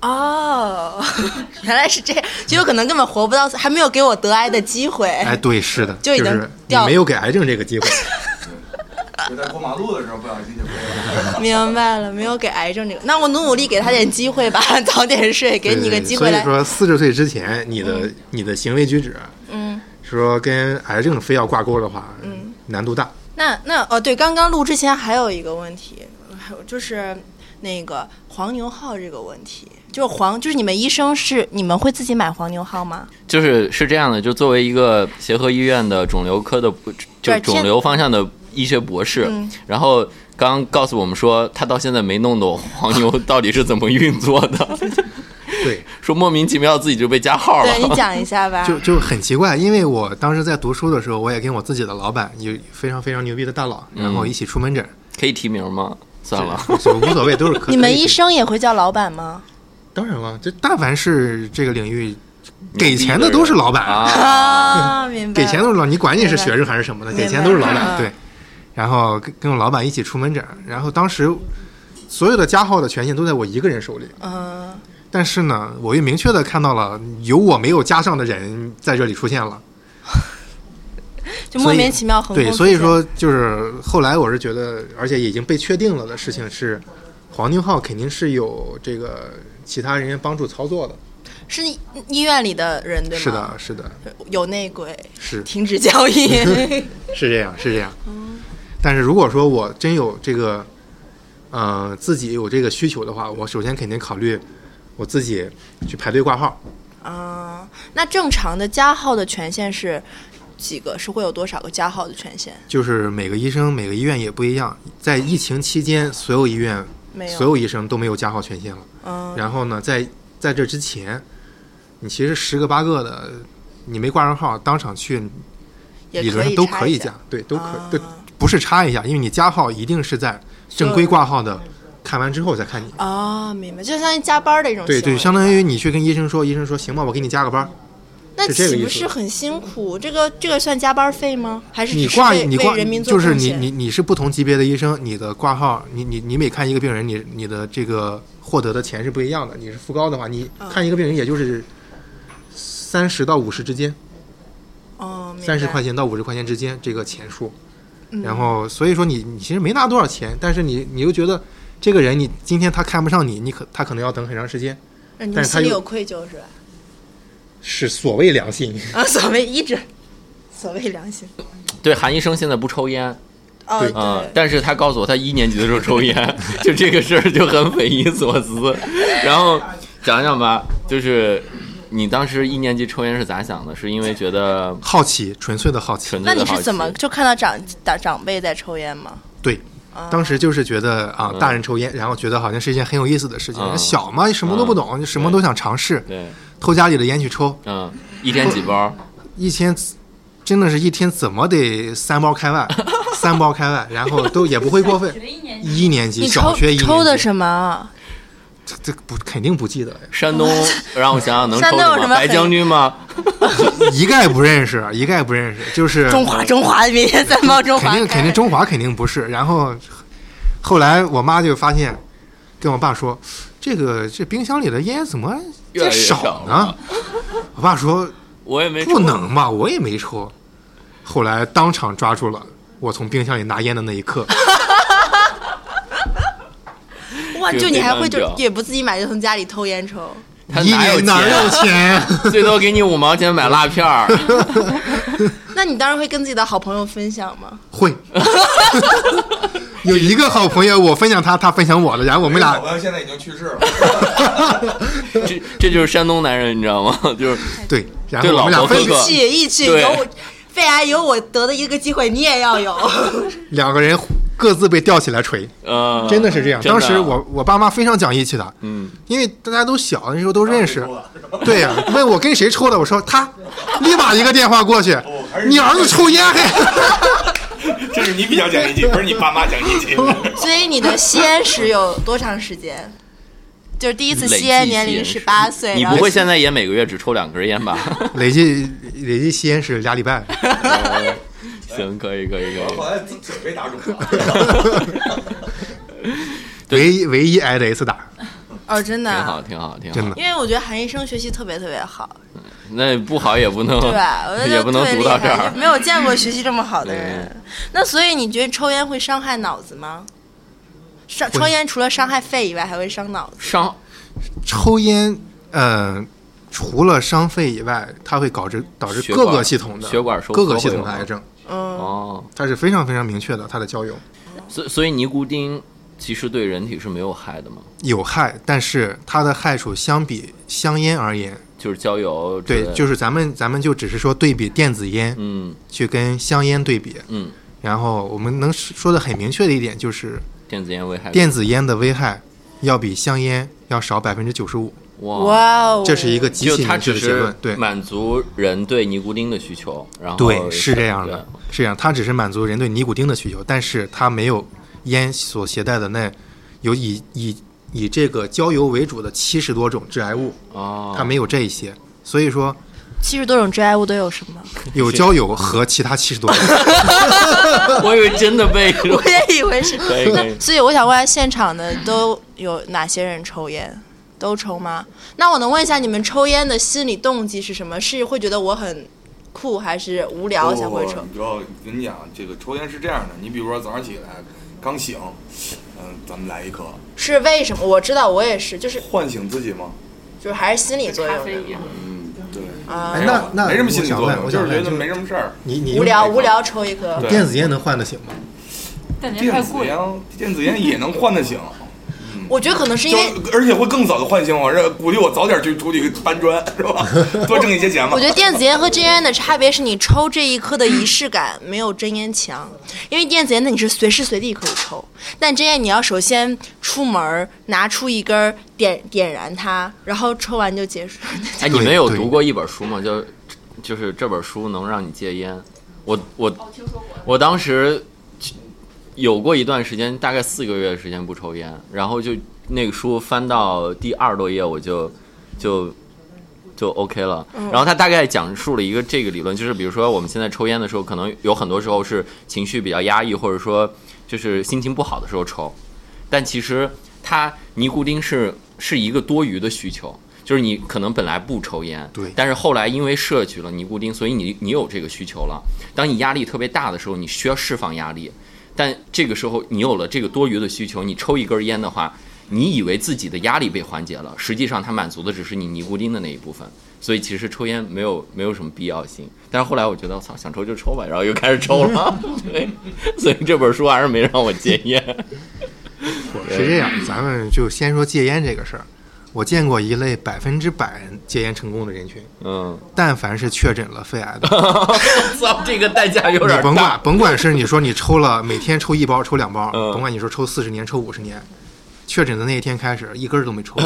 S1: 哦， 原来是这样，就有可能根本活不到，还没有给我得癌的机会。
S3: 哎，对，是的，
S1: 就已经
S3: 是你
S1: 掉
S3: 没有给癌症这个机会。
S1: 啊
S4: 就在过马路的时候不小心就飞了。
S1: 明白了，没有给癌症这个，那我努努力给他点机会 吧，早点睡， 给你个
S3: 对
S1: 机会来
S3: 所以。说，四十岁之前，你的、你的行为举止，
S1: 嗯，
S3: 说跟癌症非要挂钩的话，难度大。
S1: 那那哦，对，刚刚录之前还有一个问题，还有就是那个黄牛号这个问题，就是黄，就是你们医生是你们会自己买黄牛号吗？
S2: 就是是这样的，就作为一个协和医院的肿瘤科的，就
S1: 对
S2: 肿瘤方向的医学博士，
S1: 嗯
S2: 然后刚刚告诉我们说，他到现在没弄懂黄牛到底是怎么运作的，
S3: 对，
S2: 说莫名其妙自己就被加号了。
S1: 对你讲一下吧。
S3: 哦 就呃就很奇怪，因为我当时在读书的时候，我也跟我自己的老板有非常非常牛逼的大佬，然后一起出门诊，
S2: 可以提名吗？算 了，
S3: 所以无所谓，都 是可。
S1: 你们医
S3: 医生
S1: 生也会叫老板吗？
S3: 当然了，这但凡是这个领域给钱的都是老板，
S2: 啊，
S1: 啊，明白。
S3: 给钱都是老，你管你是学生还是什么的，
S1: 明白啊
S3: 给钱都是老
S1: 明白
S3: 板。对，然后跟跟我老板一起出门诊，然后当时所有的加号的权限都在我一个人手里。
S1: 嗯，
S3: 但是呢，我又明确的看到了有我没有加上的人在这里出现了，
S1: 就莫名其妙横空
S3: 对，
S1: 出
S3: 所以
S1: 现
S3: 说就是后来我是觉得，而且已经被确定了的事情是，黄牛号肯定是有这个其他人员帮助操作的，
S1: 是医医院里的人对吗？
S3: 是，的，是的，
S1: 有内鬼，
S3: 是
S1: 停止交易。
S3: 是这样，是这样。
S1: 嗯
S3: 但是如果说我真有这个，呃，自己有这个需求的话，我首先肯定考虑我自己去排队挂号，
S1: 啊、那正常的加号的权限是几个？是会有多少个加号的权限？
S3: 就是每个医生、每个医院也不一样，在疫情期间，所有医院、
S1: 没有。
S3: 所有医生都没有加号权限了。
S1: 嗯
S3: 然后呢，在在这之前，你其实十个八个的，你没挂上号，当场去
S1: 也
S3: 理论
S1: 可
S3: 上
S1: 以
S3: 都
S1: 插
S3: 可
S1: 一
S3: 以
S1: 下
S3: 加，对，都可
S1: 啊
S3: 对，不是插一下，因为你加号一定是在正规挂号的，看完之后再看你。
S1: 哦，明白，就相当于加班的一种
S3: 对
S1: 行
S3: 对，
S1: 为
S3: 相当于你去跟医生说，医生说行吧，我给你加个班儿。
S1: 那
S3: 是这个
S1: 岂
S3: 意
S1: 不
S3: 思
S1: 是很辛苦？这个这个算加班费吗？还是
S3: 你
S1: 只是
S3: 挂
S1: 为
S3: 你
S1: 为
S3: 挂
S1: 人民做
S3: 就是
S1: 贡
S3: 你
S1: 献
S3: 你你是不同级别的医生，你的挂号，你你你每看一个病人，你你的这个获得的钱是不一样的。你是副高的话，你
S1: 嗯
S3: 看一个病人也就是三十到五十之间，
S1: 哦，明
S3: 三十
S1: 白
S3: 块钱到五十块钱之间这个钱数。然后所以说你你其实没拿多少钱，但是你你又觉得这个人你今天他看不上你，你可他可能要等很长时间，
S1: 那你
S3: 但
S1: 们
S3: 是他
S1: 心里
S3: 又
S1: 有愧疚是吧？
S3: 是所谓良心。
S1: 啊，所谓一直，所谓良心。
S2: 对，韩医生现在不抽烟，
S1: 哦，
S3: 对
S2: 嗯，但是他告诉我，他一年级的时候抽烟， 就这个事儿就很匪夷所思。然后讲讲吧，就是你当时一年级抽烟是咋想的？是因为觉得
S3: 好奇，纯粹的好奇。
S2: 纯粹
S1: 那
S2: 的
S1: 你
S2: 好
S1: 是
S2: 奇
S1: 怎么就看到长长长辈在抽烟吗？
S3: 对，
S1: 哦
S3: 当时就是觉得啊，大人抽烟，然后觉得好像是一件很有意思的事情。
S2: 嗯
S3: 小嘛，什么都不懂，什么都想尝试，
S2: 对，
S3: 偷家里的烟去抽，
S2: 嗯，一天几包？
S3: 一天真的是一天怎么得三包开外，三包开外，然后都也不会 过分。一年级，
S1: 你
S3: 小
S1: 抽
S3: 学一年级
S1: 抽的什么？
S3: 这这不肯定不记得，
S2: 山东让我想想能抽
S1: 山东有什
S2: 么？
S1: 么
S2: 白
S1: 很
S2: 将军吗？
S3: 一概不认识，一概不认识，就是
S1: 中华中华，每天三包中华
S3: 肯定肯定中华肯定不是。然后后来我妈就发现，跟我爸说，这个这冰箱里的烟怎么
S2: 越来
S3: 这
S2: 越
S3: 少
S2: 少
S3: 呢
S2: 了？
S3: 我爸说
S2: 我也没
S3: 不
S2: 抽
S3: 能吧，我也没抽。后来当场抓住了我从冰箱里拿烟的那一刻，
S1: 哇，
S2: 这个
S1: 就你
S2: 非
S1: 还
S2: 常
S1: 会就
S2: 屌
S1: 也不自己买，就从家里偷烟抽。
S2: 他
S3: 一
S2: 哪有
S3: 年哪
S2: 钱啊
S3: 有 钱？
S2: 最多给你五毛钱买辣片儿。
S1: 那你当然会跟自己的好朋友分享吗？
S3: 会。 有一个好朋友，我分享他，他分享我的，然后我
S4: 我
S3: 们俩
S4: 好朋友现在已经去世了，
S2: 这这就是山东男人，你知道吗？ 就是
S3: 对，然
S2: 对
S3: 后我们
S2: 老
S3: 俩
S2: 婆
S3: 分
S2: 哥哥
S1: 气义气
S2: 啊对
S1: 有我，肺癌有我得的一个机会，你也要有。
S3: 两个人各自被吊起来锤，
S2: 呃，
S3: 真的是这样。
S2: 真的
S3: 当时 我我爸妈非常讲义气的，
S2: 嗯，
S3: 因为大家都小，那时候都认 识
S4: 然后。就说了
S3: 对 呀、问我跟谁抽的，我说他，立马一个电话过去
S4: 哦还，是
S3: 你儿子抽烟还。
S5: 这是你比较讲义气，不是你爸妈讲 义气。
S1: 所以你的吸烟史有多长时间？就是第一次吸烟年龄十八岁，
S2: 你
S1: 然
S2: 不
S1: 后
S2: 会现在也每个月只抽两根烟吧？
S3: 累计累计吸烟是俩礼拜，
S2: 行，可以，可以，可以
S4: 后。来嘴被打肿了，
S3: 唯一唯一挨的一次打，
S1: 哦，真的
S2: 挺
S1: 啊。
S2: 好，挺好，挺
S3: 真
S2: 好。
S3: 的
S1: 因为我觉得韩医生学习特别特别好，
S2: 那不好也不能，
S1: 对吧？我觉得
S2: 哦 也不能
S1: 特别
S2: 读
S1: 厉
S2: 到
S1: 害
S2: 这儿嗯
S1: 就。没有见过学习这么好的
S2: 对
S1: 人。那所以你觉得抽烟会伤害脑子吗？伤抽烟除了伤害肺以外，还会伤脑子。
S2: 伤
S3: 抽烟，呃，除了伤肺以外，它会导致导致
S2: 血
S3: 各
S2: 管
S3: 个系统的
S2: 血管收缩
S3: 各个系
S2: 会有
S3: 统的
S2: 吗
S3: 癌症，
S1: 嗯，
S2: 哦，
S3: 它是非常非常明确的，它的交友
S2: 所以所以尼古丁其实对人体是没有害的嘛，
S3: 有害，但是它的害处相比香烟而言，
S2: 就是焦油之类
S3: 对
S2: 的。，
S3: 就是咱们咱们就只是说对比电子烟、
S2: 嗯
S3: 去跟香烟对比，
S2: 嗯，
S3: 然后我们能说的很明确的一点就是，
S2: 电子烟危害。
S3: 电子烟的危害要比香烟要少百分之九十五，
S2: 哇，
S1: 哇哦，
S3: 这是一个极
S2: 就
S3: 其
S2: 它
S3: 明确
S2: 只
S3: 的结
S2: 是
S3: 论，对。
S2: 满足人对尼古丁的需求，然后
S3: 对，是这样的
S2: 对，
S3: 是这样。它只是满足人对尼古丁的需求，但是它没有烟所携带的那有以以以这个焦油为主的七十多种致癌物，
S2: 哦，
S3: 它没有这一些。所以 说，
S1: 七十多种致癌物都有什么？
S3: 有焦油和其他七十多种，
S2: 我以为真的 被
S1: 我也以为是。
S2: 可以可以
S1: 那 所以我想问下现场的都有哪些人抽烟？都抽吗？那我能问一下你们抽烟的心理动机是什么？是会觉得我很酷，还是无
S5: 哦
S1: 聊才会抽
S5: 不？不不你知道，我跟你讲，这个抽烟是这样的，你比如说早上起来刚醒，嗯，咱们来一颗，
S1: 是为什么？我知道，我也是，就是
S5: 唤醒自己嘛。
S1: 就是还是心理作用的
S5: 嗯，对。
S1: 啊
S3: 哎。那那
S5: 没什么心理
S3: 我
S5: 作
S3: 想问
S5: 用，
S3: 我
S5: 就
S3: 想
S5: 是
S3: 问
S5: 觉得
S3: 就
S5: 没什么事儿。
S3: 你你
S1: 无聊
S5: 用
S1: 无聊抽一颗
S5: 对，
S3: 电子烟能换得醒吗？
S6: 感觉太
S5: 电子
S6: 贵。
S5: 烟，电子烟也能唤得醒，
S1: 我觉得可能是因
S5: 就
S1: 为
S5: 而且会更早的唤醒我，让鼓励我早点去出去搬砖，是吧？多挣一些钱嘛
S1: 我。觉得电子烟和真烟的差别是你抽这一颗的仪式感没有真烟强，因为电子烟的你是随时随地可以抽，但真烟你要首先出门儿拿出一根儿点点燃它，然后抽完就结束。
S2: 哎，你们有
S3: 对
S2: 读过一本书吗？就就是这本书能让你戒烟。我我我当时有过一段时间，大概四个月的时间不抽烟，然后就那个书翻到第二十多页，我就就就 OK 了。然后他大概讲述了一个这个理论，就是比如说我们现在抽烟的时候，可能有很多时候是情绪比较压抑，或者说就是心情不好的时候抽，但其实它尼古丁是是一个多余的需求。就是你可能本来不抽烟，
S3: 对
S2: 但是后来因为摄取了尼古丁，所以你你有这个需求了。当你压力特别大的时候，你需要释放压力，但这个时候你有了这个多余的需求，你抽一根烟的话，你以为自己的压力被缓解了，实际上它满足的只是你尼古丁的那一部分。所以其实抽烟没有没有什么必要性，但是后来我觉得，我操，想抽就抽吧，然后又开始抽了， 对，所以这本书还是没让我戒烟。
S3: 是这样，咱们就先说戒烟这个事儿。我见过一类百分之百戒烟成功的人群，
S2: 嗯，
S3: 但凡是确诊了肺癌的，
S2: 操，这个代价 有
S3: 你
S2: 点
S3: 甭
S2: 大
S3: 管。甭管是你说你抽了每天抽一包抽两包，
S2: 嗯
S3: 甭管你说抽四十年抽五十年，确诊的那一天开始一根儿都 没抽，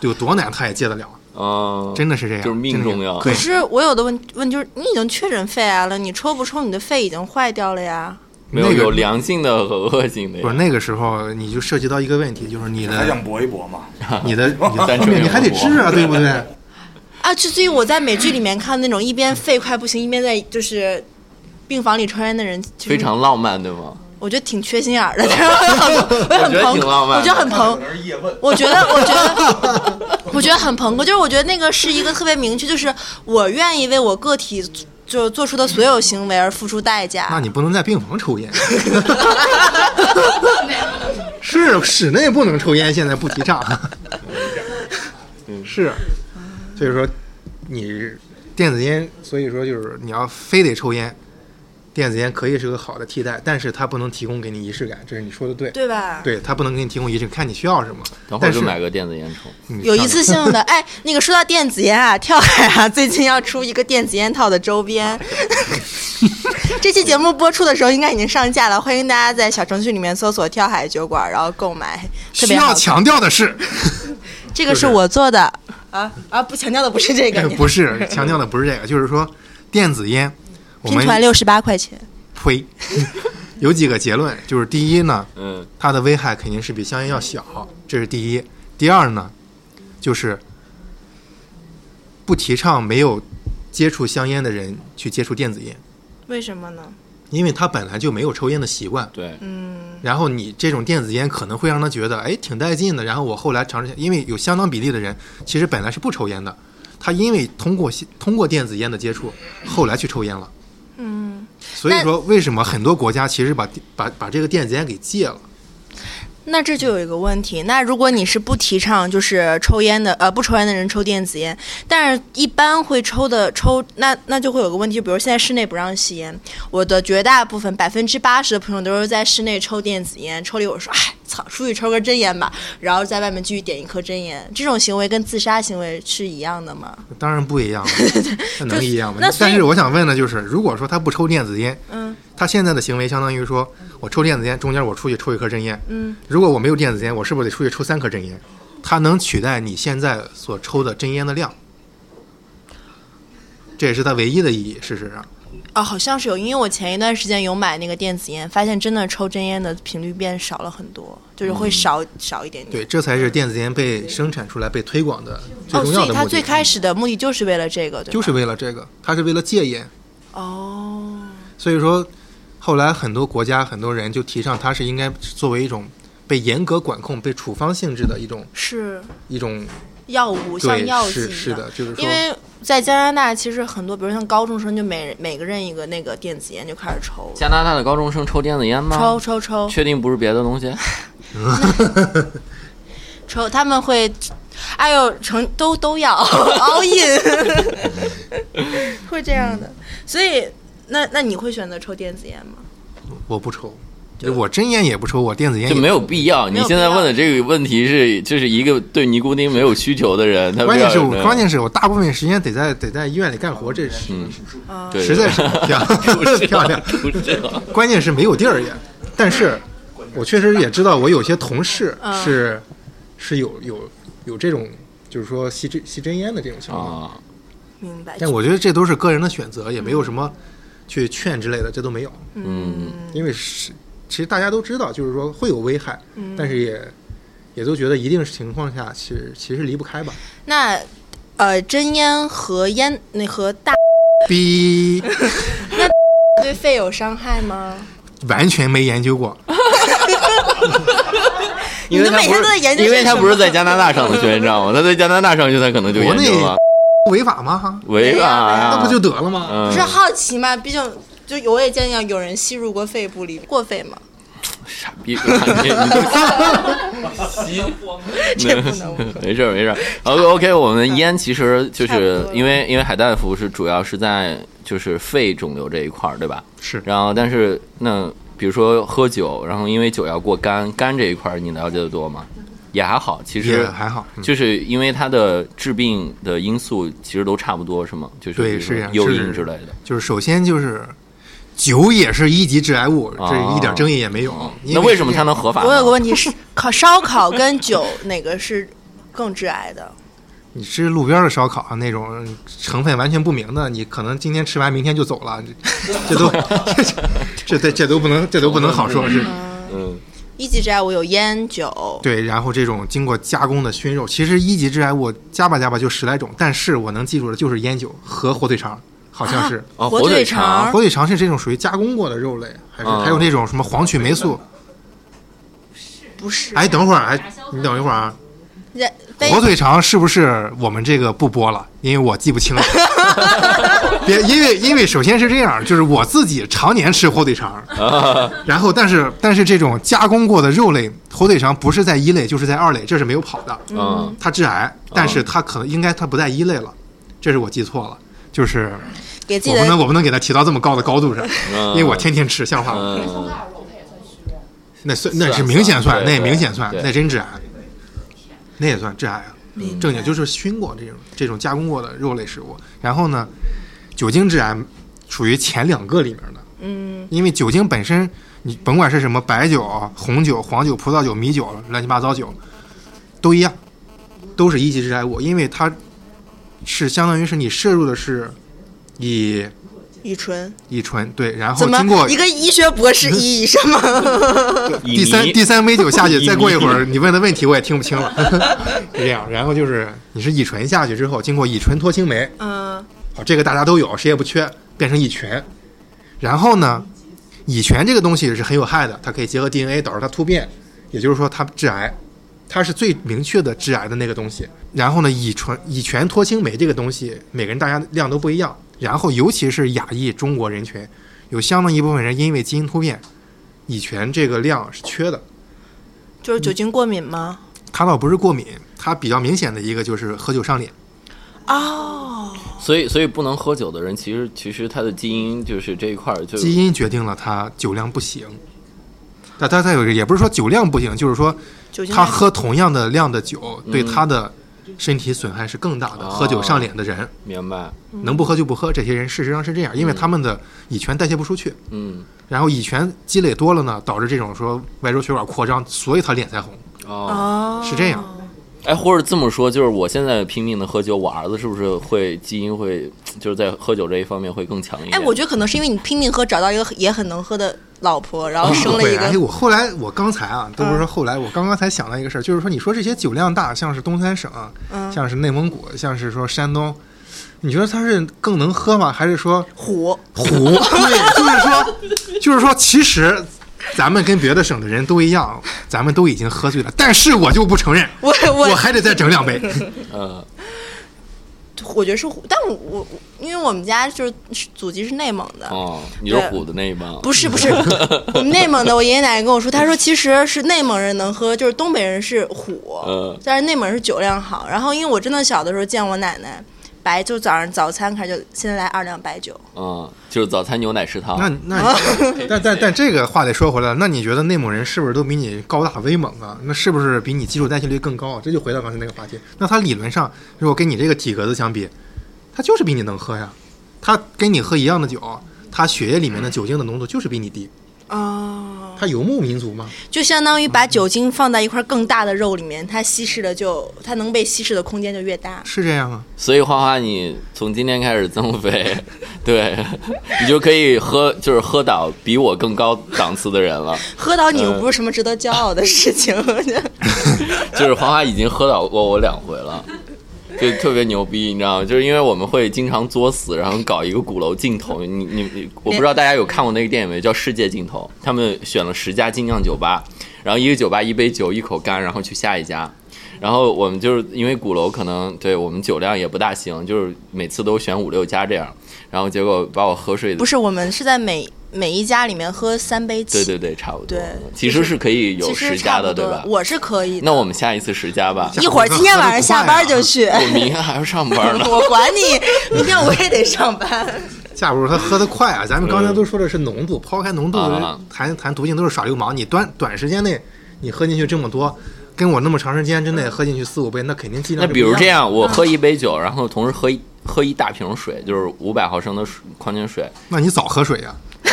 S3: 有多难他也戒得了，
S2: 嗯，
S3: 真的是这样，
S2: 就是命
S3: 真的
S2: 重要
S3: 对
S1: 可，是我有的问问就是你已经确诊肺癌了，你抽不抽你的肺已经坏掉了呀？
S2: 没有
S3: 那个
S2: 有良性的和恶性的呀。
S3: 不是那个时候你就涉及到一个问题，就是你
S5: 还
S3: 的
S5: 想搏一搏嘛？
S3: 你 的你
S2: 咱
S3: 的后
S2: 这
S3: 面
S2: 个
S3: 你还得治啊，对不对？
S1: 啊，就所以我在美剧里面看那种一边肺快不行，一边在就是病房里抽烟的人，就是
S2: 非常浪漫，对吗？
S1: 我觉得挺缺心眼儿的， 我
S2: 我觉
S1: 很
S2: 得
S1: 朋
S2: 挺，浪
S1: 我
S2: 漫的
S1: 觉得很朋
S4: 可，能是叶问，
S1: 我觉得，我觉得，我觉得很朋克，就是我觉得那个是一个特别明确，就是我愿意为我个体就做出的所有行为而付出代
S3: 那
S1: 价。
S3: 你不能在病房抽 烟，是室内不能抽烟，现在不提倡。
S2: 嗯
S3: 是，所以说你电子烟，所以说就是你要非得抽烟，电子烟可以是个好的替代，但是它不能提供给你仪式感，这是你说的对。
S1: 对吧？
S3: 对，它不能给你提供仪式，看你需要什么。
S2: 啊等会
S3: 但
S2: 儿
S3: 是
S2: 就买个电子烟抽。
S3: 你
S1: 有
S3: 上
S1: 一次性的，哎，那个说到电子烟啊， 跳海啊，最近要出一个电子烟套的周边。 这期节目播出的时候应该已经上架了，欢迎大家在小程序里面搜索“跳海酒馆”，然后购买。特
S3: 需
S1: 别好
S3: 要
S1: 看，
S3: 强调的是，
S1: 这个是我做的啊啊！不强调的不是这个，你
S3: 哎 不是强调的不是这个，就是说电子烟，我
S1: 拼
S3: 们
S1: 团六十八块钱。
S3: 呸， 有几个结论，就是第一呢，
S2: 嗯，
S3: 它的危害肯定是比香烟要小，这是第一。第二呢，就是不提倡没有接触香烟的人去接触电子烟，
S1: 为什么呢？
S3: 因为他本来就没有抽烟的习惯。
S2: 对，
S1: 嗯
S3: 然后你这种电子烟可能会让他觉得，哎，挺带劲的。然后我后来尝试一下，因为有相当比例的人其实本来是不抽烟的，他因为通过通过电子烟的接触，后来去抽烟了。嗯，所以
S1: 那
S3: 说为什么很多国家其实把把把这个电子烟给戒了？
S1: 那这就有一个问题，那如果你是不提倡就是抽烟的，呃，不抽烟的人抽电子烟，但是一般会抽的抽，那那就会有个问题，就比如现在室内不让吸烟，我的绝大部分百分之八十的朋友都是在室内抽电子烟，抽了一会儿说，哎，操，出去抽根真烟吧，然后在外面继续点一颗真烟，这种行为跟自杀行为是一样的吗？
S3: 当然不一 样了，那能一样吗
S1: 那？所以
S3: 但是我想问的就是，如果说他不抽电子烟，
S1: 嗯，
S3: 他现在的行为相当于说我抽电子烟，中间我出去抽一颗真烟，
S1: 嗯，
S3: 如果我没有电子烟，我是不是得出去抽三颗真烟？它能取代你现在所抽的真烟的量，这也是它唯一的意义。事实上，
S1: 啊，好像是有，因为我前一段时间有买那个电子烟，发现真的抽真烟的频率变少了很多，就是会少、少一点点。
S3: 对，这才是电子烟被生产出来、被推广的最
S1: 哦，
S3: 重
S1: 所
S3: 要
S1: 以
S3: 的
S1: 他
S3: 目的。
S1: 最开始的目的就是为了这个，对吧？
S3: 就是为了这个，它是为了戒烟。
S1: 哦，
S3: 所以说，后来很多国家很多人就提倡它是应该作为一种被严格管控、被处方性质的一种
S1: 是
S3: 一种
S1: 药物，像
S3: 对，
S1: 药剂一
S3: 是
S1: 样
S3: 是的，就是说
S1: 因为在加拿大，其实很多，比如像高中生，就每人每个人一个那个电子烟就开始抽，
S2: 加拿大的高中生抽电子烟吗？
S1: 抽抽抽
S2: 确定不是别的东西？
S1: 抽，他们会，哎呦，成都都要 all in，会这样的。所以，那那你会选择抽电子烟吗？
S3: 我不抽，我真烟也不抽，我电子烟
S2: 就
S3: 也
S2: 没有必要。你
S1: 有必
S2: 现在
S1: 要
S2: 问的这个问题是，就是一个对尼古丁没有需求的人，他不
S3: 关
S2: 知道
S3: 键是
S2: 有
S3: 我
S2: 没，有
S3: 关键是我大部分时间得在得在医院里干活，这是
S2: 嗯对
S3: 实在是漂 亮漂亮。
S2: 不啊知 道。
S3: 关键是没有地儿也，但是我确实也知道，我有些同事
S1: 嗯
S3: 是是有有有这种，就是说吸真吸真烟的这种情况。
S2: 啊，
S1: 明白。
S3: 但我觉得这都是个人的选择，也没有什么去劝之类的，这都没有。
S2: 嗯，
S3: 因为是其实大家都知道，就是说会有危害，但是也也都觉得一定情况下其实其实离不开吧。
S1: 那呃，真烟和烟那和大
S3: 逼
S1: 对肺有伤害吗？
S3: 完全没研究过，
S2: 因为
S1: 你们
S2: 他
S1: 每
S2: 不
S1: 天
S2: 是
S1: 都在研究
S2: 因
S1: 些
S2: 为他
S1: 什
S2: 不是
S1: 么
S2: 在加拿大上的学，你知道吗？他在加拿大上学，他可能就
S3: 国
S2: 研究
S3: 内
S2: 了。
S3: 违法吗？
S2: 违法呀，
S3: 那不就得了吗？
S1: 不
S2: 嗯
S1: 是啊好奇吗？毕竟就我也见到有人吸入过肺部里过肺嘛，
S2: 傻 逼，你
S1: 这不
S2: 你都吸
S1: 能问。
S2: 没事儿没 事儿。O OK，我们烟其实就
S1: 差不多
S2: 是
S1: 了
S2: 因为因为海大夫是主要是在就是肺肿瘤这一块儿，对吧？
S3: 是
S2: 然后但是那比如说喝酒，然后因为酒要过肝，肝这一块儿你了解的多吗？也还好，其
S3: 也
S2: 实
S3: 还好，嗯
S2: 就是因为它的致病的因素其实都差不多，是吗？就是比
S3: 对
S2: 如说
S3: 是这样
S2: 诱
S3: 是
S2: 因之类的。
S3: 就是首先就是酒也是一级致癌物，这一点争议也没有。
S2: 啊哦
S3: 因
S2: 那为什么
S3: 是
S2: 它能合法呢？
S1: 我有个问题是，烤烧烤跟酒哪个是更致癌的？
S3: 你吃路边的烧烤啊那种成分完全不明的，你可能今天吃完明天就走了，这这都 这这这这都不能这都不能好说是。
S2: 嗯，
S1: 一级致癌物有烟酒，
S3: 对，然后这种经过加工的熏肉，其实一级致癌物加吧加吧就十来种，但是我能记住的就是烟酒和火腿肠好像是。啊
S2: 哦，
S1: 火
S2: 火腿
S1: 腿肠
S2: 肠
S1: 儿
S3: 火腿肠是这种属于加工过的肉类，还是
S2: 嗯
S3: 还有那种什么黄曲霉素？
S1: 不是，
S3: 哎，等会儿，哎，你等一会儿啊，
S1: 人被
S3: 火腿肠是不是我们这个不播了？因为我记不清了。别，因为因为首先是这样，就是我自己常年吃火腿肠，然后但是但是这种加工过的肉类，火腿肠不是在一类就是在二类，这是没有跑的。
S2: 嗯，
S3: 它致癌，但是它可能应该它不在一类了，这是我记错了。就是
S1: 给自
S3: 我
S1: 己
S3: 不能
S1: 的
S3: 我不能给它提到这么高的高度上，
S2: 嗯
S3: 因为我天天吃，像话吗？
S2: 嗯，
S3: 那算那是明显
S2: 算
S3: 算，那也
S2: 对
S3: 明显算，
S2: 对
S3: 那真致癌，那也算致癌啊。正经就是熏过这种这种加工过的肉类食物，然后呢，酒精致癌属于前两个里面的，
S1: 嗯
S3: 因为酒精本身，你甭管是什么白酒、红酒、黄酒、葡萄酒、米酒、乱七八糟酒，都一样，都是一级致癌物，因为它是相当于是你摄入的是乙
S1: 乙醇，
S3: 乙醇，对，然后
S1: 怎么
S3: 经过
S1: 一个医学博士一以什么？
S2: 第
S3: 第三第三杯酒下
S2: 乙
S3: 去，
S2: 醚
S3: 再过一会儿你问的问题我也听不清了， 是这样。然后就是你是乙醇下去之后，经过乙醇脱氢酶，
S1: 嗯，
S3: 好，这个大家都有，谁也不缺，变成乙醛。然后呢，乙醛这个东西是很有害的，它可以结合 DNA 导致它突变，也就是说它致癌，它是最明确的致癌的那个东西。然后呢，乙醇乙醛脱氢酶这个东西，每个人大家量都不一样。然后尤其是亚裔中国人群，有相当一部分人因为基因突变，乙醛这个量是缺的。
S1: 就是酒精过敏吗？
S3: 它倒不是过敏，它比较明显的一个就是喝酒上脸。
S1: 哦，
S2: 所以所以不能喝酒的人，其实其实他的基因就是这一块儿就
S3: 基因决定了他酒量不行。但他他有一个也不是说酒量不行，就是说
S1: 酒精
S3: 他
S1: 还
S3: 喝同样的量的酒，对
S2: 嗯
S3: 他的身体损害是更大的。
S2: 哦
S3: 喝酒上脸的人，
S2: 明白，哦
S1: 嗯
S3: 能不喝就不喝，这些人事实上是这样，因为他们的乙醛代谢不出去，
S2: 嗯，
S3: 然后乙醛积累多了呢，导致这种说外周血管扩张，所以他脸才红，
S1: 哦
S2: 哦，
S3: 是这样。
S2: 哎，或者这么说，就是我现在拼命的喝酒，我儿子是不是会基因会就是在喝酒这一方面会更强一
S1: 哎，
S2: 点？
S1: 我觉得可能是因为你拼命喝，找到一个也很能喝的老婆，然后生了
S3: 哦啊会
S1: 一
S3: 而且
S1: 个
S3: 我后来，哎我刚才啊，都不是说后来，我刚刚才想到一个事儿，就是说，你说这些酒量大，像是东三省，
S1: 嗯
S3: 像是内蒙古，像是说山东，你觉得他是更能喝吗？还是说
S1: 虎，
S3: 虎？ 对，就是说，就是说，其实咱们跟别的省的人都一样，咱们都已经喝醉了，但是我就不承认，
S1: 我我
S3: 我还得再整两杯。
S2: 嗯，
S1: 我觉得是虎，但我我因为我们家就是祖籍是内蒙的，
S2: 哦，你是虎的那一帮，
S1: 不是不 是，我们内蒙的，我爷爷奶奶跟我说，他说其实是内蒙人能喝，就是东北人是虎，
S2: 嗯
S1: 但是内蒙人是酒量好。然后因为我真的小的时候见我奶奶，白就早上早餐开始就先来二两白酒，
S2: 嗯，就是早餐牛奶食堂
S3: 那，那你，但但但这个话得说回来了，那你觉得内蒙人是不是都比你高大威猛啊？那是不是比你基础代谢率更高啊？这就回到刚才那个话题，那他理论上如果跟你这个体格子相比，他就是比你能喝呀。他跟你喝一样的酒，他血液里面的酒精的浓度就是比你低。
S1: 哦，
S3: 他游牧民族嘛，
S1: 就相当于把酒精放在一块更大的肉里面，它稀释的就它能被稀释的空间就越大。
S3: 是这样啊。
S2: 所以花花你从今天开始增肥， 对你就可以喝，就是喝倒比我更高档次的人了。
S1: 喝到你又
S2: 呃
S1: 不是什么值得骄傲的事情， 我觉得
S2: 就是花花已经喝倒过我两回了，就特别牛逼，你知道吗？就是因为我们会经常作死，然后搞一个鼓楼镜头。你你你，我不知道大家有看过那个电影没？叫《世界尽头》，他们选了十家精酿酒吧，然后一个酒吧一杯酒一口干，然后去下一家。然后我们就是因为鼓楼可能对我们酒量也不大行，就是每次都选五六家这样，然后结果把我喝睡的
S1: 不。是我们是在每每一家里面喝三杯起，
S2: 对对对，差不多。
S1: 对
S2: 其实是可以有
S1: 其
S2: 十
S1: 实
S2: 家
S1: 差
S2: 的，
S1: 不
S2: 对
S1: 多
S2: 吧，？
S1: 我是可以的。
S2: 那我们下一次十 家吧。
S1: 一会儿今天晚上下班就去。
S2: 我明天还要上班呢。
S1: 我管你，明天我也得上班。
S3: 架不住他喝得快啊！咱们刚才都说的是浓度，抛开浓度
S2: 嗯啊
S3: 谈谈途径都是耍流氓。你短短时间内你喝进去这么多，跟我那么长时间之内喝进去四五杯，那肯定剂
S2: 嗯
S3: 量
S2: 那
S3: 是
S2: 比如
S3: 不一
S2: 这
S3: 样的。嗯
S2: 样，我喝一杯酒，然后同时喝一喝一大瓶水，就是五百毫升的水矿泉水，
S3: 那你早喝水啊呀、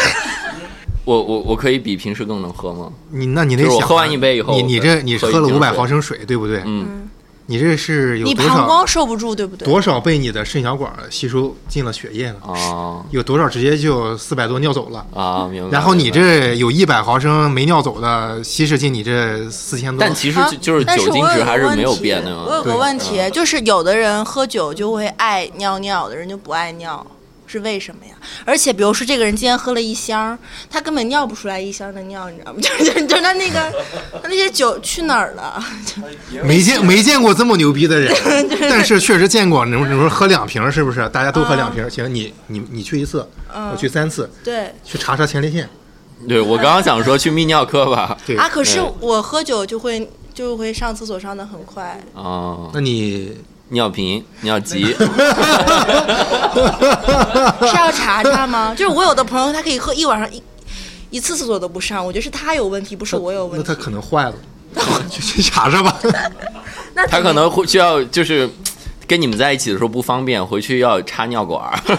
S2: 我我我可以比平时更能喝吗？
S3: 你那你得
S2: 就是我
S3: 想啊
S2: 喝完一杯以后
S3: 你你这你是
S2: 喝
S3: 喝了
S2: 一
S3: 五
S2: 瓶
S3: 百
S2: 水
S3: 毫升水，对不对？
S2: 嗯，
S3: 你这是有
S1: 你
S3: 多
S1: 膀
S3: 少
S1: 胱受不住，对不对？
S3: 多少被你的肾小管吸收进了血液呢？
S2: 啊
S3: 有多少直接就四百多尿走了？
S2: 啊，明白。
S3: 然后你
S2: 明白，
S3: 这有一百毫升没尿走的，稀释进你这四千多。
S2: 但其实
S1: 啊
S2: 就就是
S1: 但
S2: 酒精
S1: 我有
S2: 值
S1: 个
S2: 还是没有
S1: 问题
S2: 变的
S1: 我有
S2: 嘛。
S1: 个
S2: 嗯
S3: 对
S1: 问题，就是有的人喝酒就会爱尿尿，有的人就不爱尿，是为什么呀？而且比如说这个人今天喝了一箱，他根本尿不出来一箱的尿，你知道吗？ 就是就是就是他那个他那些酒去哪儿了？
S3: 没见没见过这么牛逼的人，但是确实见过。你说你说喝两瓶是不是？大家都喝
S1: 嗯
S3: 两瓶，行，你你你去一次，我去三次，
S1: 对
S3: 去查查前列腺。
S2: 对我刚刚想说去泌尿科吧，
S3: 对
S1: 啊，可是
S2: 嗯
S1: 我喝酒就会就会上厕所上的很快，
S2: 哦，
S3: 那你
S2: 尿频、尿急，
S1: 是要查查吗？ 就是我有的朋友他可以喝一晚上一一次厕所都不上，我觉得是他有问题，不是我有问
S3: 那
S1: 题。
S3: 他可能坏了， 去去查查吧。
S1: 那
S2: 他可能会需要就是跟你们在一起的时候不方便，回去要插尿管儿。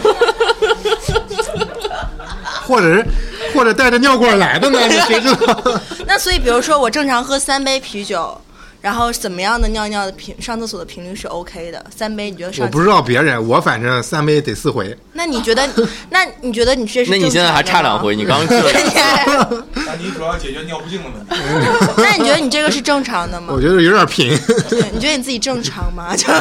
S3: 或者是或者带着尿罐来的呢？你谁知 道？
S1: 那所以，比如说我正常喝三杯啤酒，然后怎么样的尿尿的频上厕所的频率是 OK 的？三杯你觉得上？
S3: 我不知道别人，我反正三杯得四回。
S1: 那你觉得？那你觉得你这是？。
S2: 那你现在还差两回，。你刚去了
S1: 那
S4: 那你主要解决尿不尽的问题。
S1: 你觉得你这个是正常的吗
S3: 我？觉得有点贫。
S1: 对，你觉得你自己正常吗？就，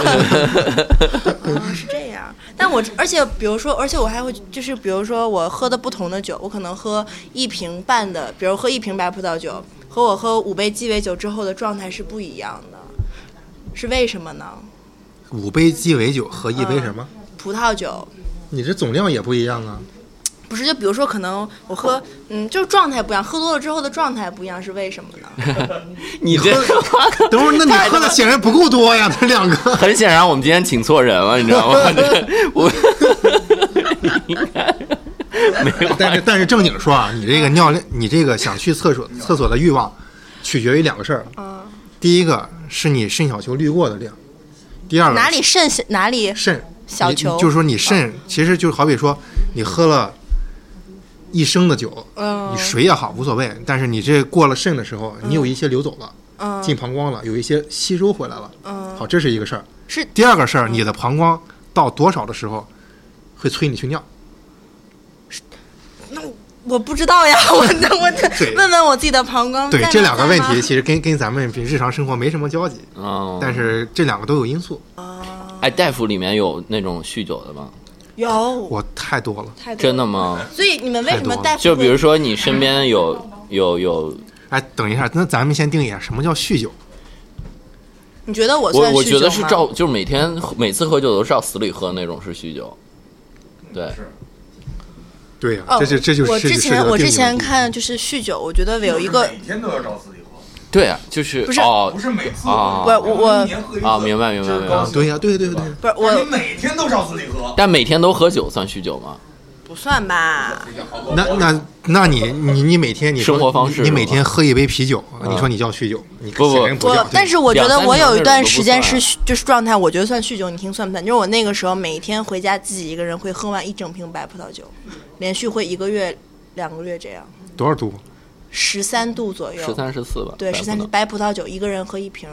S1: 嗯，是这样。但我而且比如说，而且我还会就是，比如说我喝的不同的酒，我可能喝一瓶半的，比如喝一瓶白葡萄酒，和我喝五杯鸡尾酒之后的状态是不一样的，是为什么呢？
S3: 五杯鸡尾酒和
S1: 嗯
S3: 一杯什么？
S1: 葡萄酒
S3: 你这总量也不一 样啊。
S1: 不是，就比如说，可能我喝，嗯，就是状态不一样，喝多了之后的状态不一样，是为什么呢？
S2: 你这
S3: 等会儿，那你喝的显然不够多呀，这两个。
S2: 很显然我们今天请错人了，你知道 吗？这我应该没有。
S3: 但是但是正经说啊，你这个尿量，你这个想去厕所厕所的欲望，取决于两个事儿。
S1: 嗯
S3: 第一个是你肾小球滤过的量，第二个
S1: 哪里 肾哪里
S3: 肾
S1: 小
S3: 你
S1: 球啊
S3: 就是说你肾其实就好比说你喝了一升的酒，
S1: 嗯
S3: 你水也好无所谓，但是你这过了肾的时候，你有一些流走了，
S1: 嗯
S3: 进膀胱了，有一些吸收回来了，好，这是一个事儿。
S1: 是嗯
S3: 第二个事儿，你的膀胱到多少的时候会催你去尿？
S1: 我不知道呀， 我我
S3: 对
S1: 得问问我自己的膀胱。
S3: 对
S1: 在，吗
S3: 这两个问题
S1: 在吗
S3: 其实跟跟咱们日常生活没什么交集，
S2: 嗯，
S3: 但是这两个都有因素。
S2: 哎，大夫里面有那种酗酒的吗？
S1: 有
S3: 我太多了，
S1: 太多
S2: 真的。吗？
S1: 所以你们为什么
S3: 太多了
S1: 大夫
S2: 就比如
S1: 会
S2: 说你身边有有有，
S3: 哎，等一下，那咱们先定义一下什么叫酗酒。
S1: 你觉得我
S2: 我
S1: 算
S2: 我
S1: 酗
S2: 觉得
S1: 酒
S2: 是
S1: 吗
S2: 照，就是每天每次喝酒都是照死里喝那种是酗酒。对，
S4: 是
S3: 对呀、
S1: 哦
S3: 这就这就是
S1: 我之
S3: 这就是
S1: 前
S3: 要
S1: 我
S3: 定
S1: 之
S3: 义
S1: 前
S3: 问题
S1: 看就是酗酒，我觉得有一个
S3: 嗯
S4: 每天都要找自己喝，
S2: 对啊，就是
S1: 不是
S2: 哦
S4: 不是每次
S2: 啊
S4: 喝，
S1: 我我
S4: 一年喝一次
S2: 啊，明白明白
S4: 就是
S2: 明
S4: 高
S2: 白啊
S3: 啊，。对呀、对对对对，
S1: 不是
S4: 但你
S1: 我
S4: 每天都找自己喝，
S2: 但每天都喝酒算酗酒吗？
S1: 不算吧？
S3: 那那那你你你每天你说
S2: 生活方式
S3: 你，你
S2: 是吧嗯
S3: 每天喝一杯啤酒，你说你叫酗酒，你
S2: 不不
S3: 显然不叫
S1: 我，。但是我觉
S2: 两
S1: 得
S2: 三
S1: 我
S2: 瓶
S1: 有
S2: 那
S1: 一
S2: 种
S1: 段
S2: 都不
S1: 时间
S2: 算
S1: 是酗就是状态，我觉得算酗酒，你听算不算？就是我那个时候每天回家自己一个人会喝完一整瓶白葡萄酒，连续会一个月、两个月这样，
S3: 多少度？
S1: 十三度左右。
S2: 十三十四吧。
S1: 对，十三
S2: 度。
S1: 白葡萄酒，一个人喝一瓶，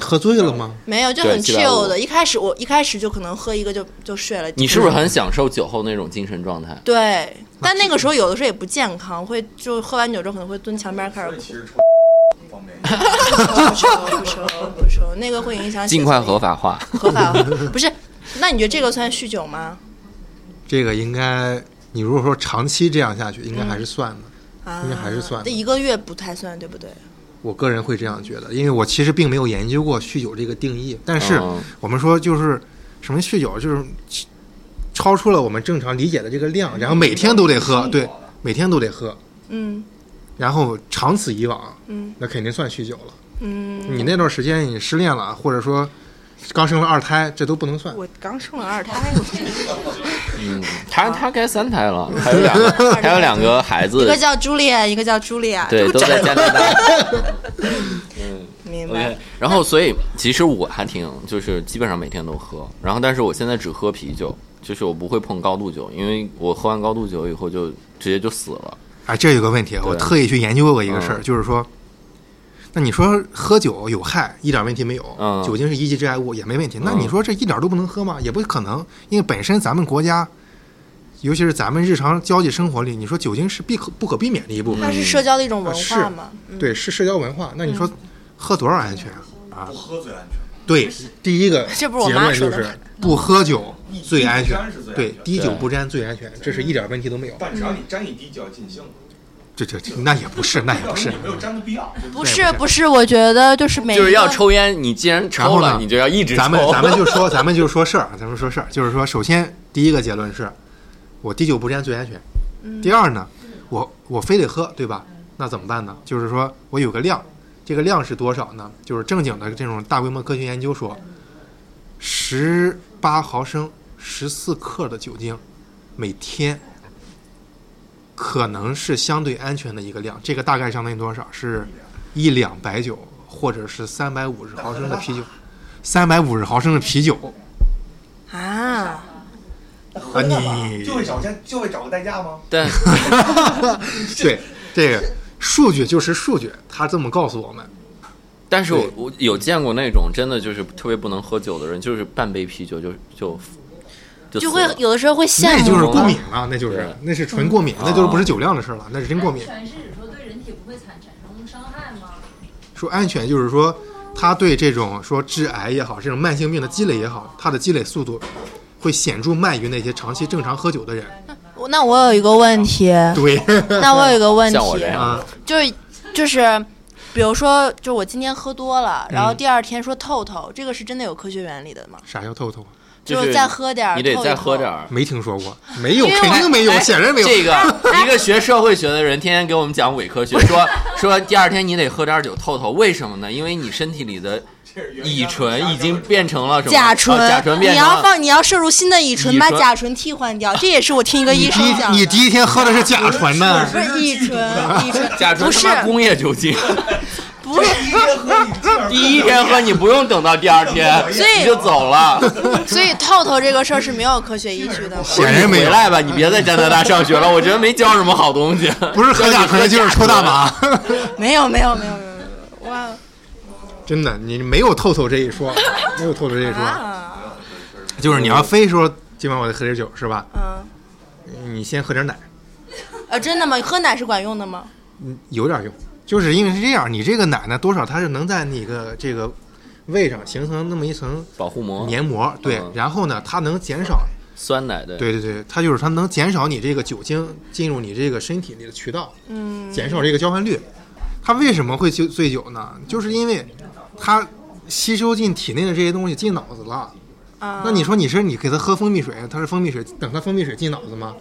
S3: 喝醉了吗？
S1: 没有就
S2: 对
S1: 很
S2: 750
S1: chill 的。一开始我一开始就可能喝一个就就睡了。
S2: 你是不是很享受酒后那种精神状态？
S1: 对？但那个时候有的时候也不健康，会就喝完酒之后可能会蹲墙边开始
S4: 所以
S1: 哭
S4: 其。实抽方便一点。
S1: 不抽不抽不抽，那个会影响
S2: 尽
S1: 血
S2: 快
S1: 液
S2: 合法化。
S1: 合法 化，不是？那你觉得这个算酗酒吗？
S3: 这个应该，你如果说长期这样下去，应该还是算的。
S1: 啊，
S3: 应该还是算
S1: 这一个月不太算，对不对？
S3: 我个人会这样觉得，因为我其实并没有研究过酗酒这个定义，但是
S2: 嗯
S3: 我们说就是什么酗酒，就是超出了我们正常理解的这个量，然后每天都得喝，对，每天都得喝，
S1: 嗯
S3: 然后长此以往，
S1: 嗯，
S3: 那肯定算酗酒了。
S1: 嗯，
S3: 你那段时间你失恋了，或者说刚生了二胎，这都不能算。
S1: 我刚生了二胎，
S2: 嗯，他他该三胎了，还有两 个，还有两个孩
S1: 一
S2: 子
S1: 个，叫朱莉安，一个叫茱莉亚，
S2: 对，
S1: 这
S2: 都
S1: 不
S2: 在加拿大。
S1: 明白
S2: OK，。然后所以其实我还挺就是基本上每天都喝，然后但是我现在只喝啤酒，就是我不会碰高度酒，因为我喝完高度酒以后就直接就死了。
S3: 哎，这有个问题，我特意去研究过一个事儿，
S2: 嗯
S3: 就是说，那你说喝酒有害，一点问题没有，
S2: 嗯
S3: 酒精是一级致癌物也没问题。那
S2: 嗯
S3: 你说这一点都不能喝吗？也不可能，因为本身咱们国家，尤其是咱们日常交际生活里，你说酒精是必可不可避免的一部分，啊
S1: 它是社交的一种文
S3: 是
S1: 化嗯嘛？
S3: 嗯
S1: 嗯
S3: 对，是社交文化。那你说喝多少安全啊？
S4: 不喝最安全。
S3: 对，第一个
S1: 这不是我妈
S3: 结
S1: 说
S3: 论
S1: 的
S3: 就是
S1: 吗
S3: 不喝酒
S5: 一
S3: 最安全
S5: 沾是最，安
S3: 对
S5: 全，的
S3: 滴酒不沾最安全，这是一点问题都没有。
S5: 但只要你沾一滴就要尽兴了，
S3: 这这这那也不是，那也
S5: 要
S3: 不
S5: 不
S3: 是
S5: 然你，没有沾的必要。
S1: 不
S3: 对
S1: 是
S3: 不是
S1: 不是，我觉得就是每
S2: 就是
S1: 一
S2: 要
S1: 个
S2: 抽烟，你既然
S3: 然
S2: 抽
S3: 后呢
S2: 了，你就要一直抽。
S3: 咱们咱们就说咱们就说事儿，啊咱们说事儿，就是说，首先第一个结论是，我滴酒不沾最安全。第二呢，我我非得喝，对吧？那怎么办呢？就是说我有个量，这个量是多少呢？就是正经的这种大规模科学研究说，十八毫升、十四克的酒精，每天可能是相对安全的一个量。这个大概相当于多少？是一两白酒，或者是三百五十毫升的啤酒。三百五十毫升的啤酒
S1: 啊，
S3: 啊，你
S4: 就会找家，就会找个代驾吗？
S2: 但
S3: 对这个数据就是数据，他这么告诉我们。
S2: 但是我
S3: 对
S2: 我有见过那种真的就是特别不能喝酒的人，就是半杯啤酒就就
S1: 就
S2: 就死
S1: 会
S2: 了
S1: 有的时候会羡
S3: 那
S1: 慕，
S3: 就是过敏啊，那就是
S2: 对
S3: 那是纯过敏，那就是不是酒量的事了，那是真过敏。
S6: 安全是指说对人体不会产产生伤害吗？
S3: 说安全就是说，他对这种说致癌也好，这种慢性病的积累也好，它的积累速度会显著慢于那些长期正常喝酒的人。
S1: 我那我有一个问题，
S3: 对，
S1: 那我有一个问题
S2: 像我这样
S3: 啊，
S1: 就是就是。比如说，就是我今天喝多了，然后
S3: 嗯
S1: 第二天说透透，这个是真的有科学原理的吗？
S3: 啥叫透透？
S2: 就是
S1: 再喝点儿，
S2: 你得
S1: 透一
S2: 再
S1: 透
S2: 喝点。儿。
S3: 没听说过，没有，
S1: 因为我
S3: 肯定没有，显然没有。
S2: 这个一个学社会学的人，天天给我们讲伪科学，说说第二天你得喝点酒透透，为什么呢？因为你身体里的
S5: 这是原
S2: 乙
S5: 浆
S2: 醇已经变成了什么？
S1: 甲醇，
S2: 啊甲醇变
S1: 你
S2: 成
S1: 要
S2: 了。
S1: 放，你要摄入新的乙醇，
S2: 乙
S1: 把
S2: 醇
S1: 甲醇替换掉。这也是我听一个
S3: 你
S1: 医
S3: 第
S1: 生讲的。
S3: 一你第一天喝的是甲醇呢
S1: 不是乙醇，乙醇
S2: 甲醇
S1: 不是
S2: 他妈工业酒精，
S1: 不是，
S4: 第一天喝你这样
S2: 第一天喝你不用等到第二天，
S1: 所以
S2: 你就 走了。
S1: 所以透透这个事儿是没有科学依 据的吗。
S3: 显然没
S2: 你
S3: 有
S2: 回。来吧，你别在加拿大上学了，我觉得没教什么好东西。
S3: 不是喝甲醇就是抽大麻，
S1: 没有，没有，没有，没有，没有哇
S3: 真的，你没有透透这一说，没有透透这一说，
S1: 啊，
S3: 就是你要非说今晚我得喝点酒是吧？
S1: 嗯，
S3: 你先喝点奶，
S1: 呃，真的吗？喝奶是管用的吗？
S3: 嗯，有点用，就是因为是这样，你这个奶呢，多少它是能在你个这个胃上形成那么一层
S2: 保护膜、
S3: 黏膜，对
S2: 嗯，
S3: 然后呢，它能减少，
S2: 酸奶的，
S3: 对对对，它就是它能减少你这个酒精进入你这个身体里的渠道，
S1: 嗯，
S3: 减少这个交换率。它为什么会醉醉酒呢？就是因为它吸收进体内的这些东西进脑子了。
S1: 啊，
S3: 那你说你是你给它喝蜂蜜水，它是蜂蜜水，等它蜂蜜水进脑 子吗？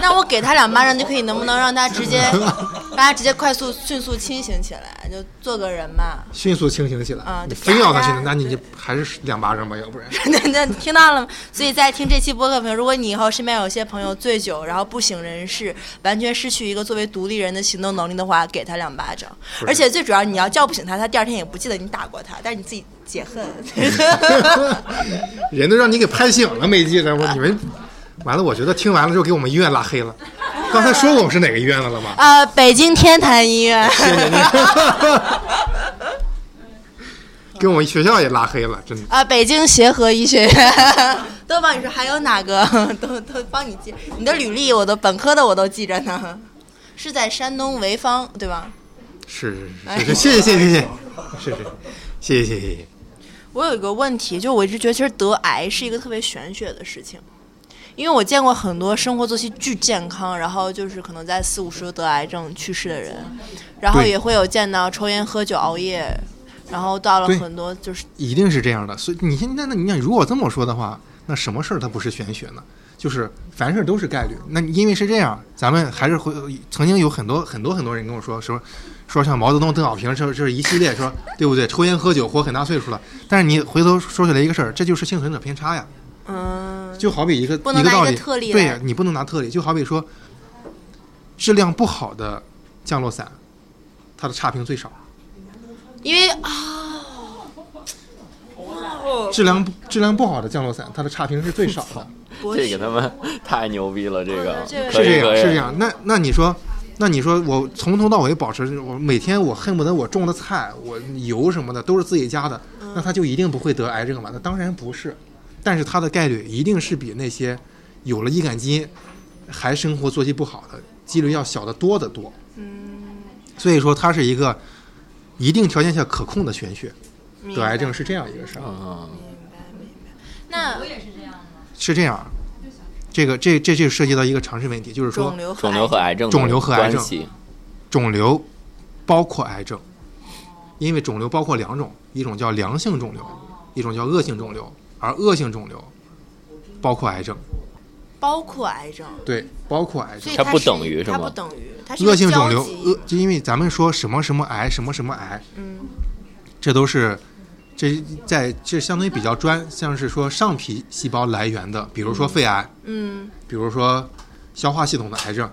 S1: 那我给他两巴掌就可以，能不能让他直接，让他直接快速迅速清醒起来，就做个人嘛？
S3: 迅速清醒起来。
S1: 啊
S3: 你
S1: 就
S3: 非要它
S1: 啪
S3: 清
S1: 嗒
S3: 醒，那你就还是两巴掌吧，要不然。
S1: 那那听到了吗？所以在听这期播客的朋友，如果你以后身边有些朋友醉酒，然后不省人事，完全失去一个作为独立人的行动能力的话，给他两巴掌。而且最主要，你要叫不醒他，他第二天也不记得你打过他，但是你自己解恨。
S3: 人都让你给拍醒了，没记得我你们。完了，我觉得听完了之后给我们医院拉黑了。刚才说我们是哪个医院的了吗？
S1: 呃，北京天坛医院，
S3: 给我们学校也拉黑了，真的。
S1: 呃，北京协和医学 院，都帮你说还有哪个， 都都帮你记，你的履历我都本科的我都记着呢。是在山东潍坊对吧？
S3: 是是是是，谢谢谢谢谢谢，是是，谢谢谢谢谢谢。
S1: 我有一个问题，就我一直觉得，其实得癌是一个特别玄学的事情，因为我见过很多生活作息巨健康，然后就是可能在四五十就得癌症去世的人，然后
S3: 对
S1: 也会有见到抽烟、喝酒、熬夜，然后到了
S3: 对
S1: 很多就是
S3: 一定是这样的。所以你现在，那你想，如果这么说的话，那什么事儿它不是玄学呢？就是凡事都是概率。那因为是这样，咱们还是回曾经有很多很多很多人跟我说说说像毛泽东、邓小平这这一系列说对不对？抽烟喝酒活很大岁数了，但是你回头说起来一个事儿，这就是幸存者偏差呀。
S1: 嗯，
S3: 就好比一个
S1: 不能
S3: 个
S1: 拿
S3: 道
S1: 一个
S3: 理，
S1: 特例
S3: 对
S1: 来
S3: 你不能拿特例，就好比说质量不好的降落伞，它的差评最少。
S1: 因为啊，
S3: 质量不质量不好的降落伞，它的差评是最少的。
S1: 博
S2: 这
S1: 学
S2: 个他们太牛逼了，这个
S1: 这个
S2: 可
S3: 是这
S2: 以
S3: 样，
S2: 可以
S3: 是这样。那那你说，那你说我从头到尾保持，我每天我恨不得我种的菜，我油什么的都是自己家的，
S2: 嗯
S3: 那他就一定不会得癌症吗？那当然不是，但是它的概率一定是比那些有了易感基因还生活作息不好的几率要小得多得多。嗯，所以说它是一个一定条件下可控的玄学，得癌症是这样一个事儿。
S2: 嗯，
S1: 那
S6: 我也是这样吗？
S3: 是这样，这个这这就涉及到一个常识问题，就是说
S1: 肿瘤
S2: 肿瘤和癌症的
S3: 肿瘤和癌症
S2: 关系，
S3: 肿瘤包括癌症，因为肿瘤包括两种，一种叫良性肿瘤，一种叫恶性肿瘤，而恶性肿瘤包括癌症，
S1: 包括癌症，
S3: 对，包括癌
S1: 所
S3: 症
S1: 以。
S2: 它不
S1: 是
S2: 等于是
S1: 它
S2: 吗
S1: 不等于，它是
S3: 恶
S1: 个
S3: 性肿
S1: 交
S3: 瘤，
S1: 集
S3: 恶就因为咱们说什么什么癌，什么什么癌，
S1: 嗯，
S3: 这都是这在这相当于比较专，像是说上皮细胞来源的，比如说肺癌，
S1: 嗯，
S3: 比如说消化系统的癌症，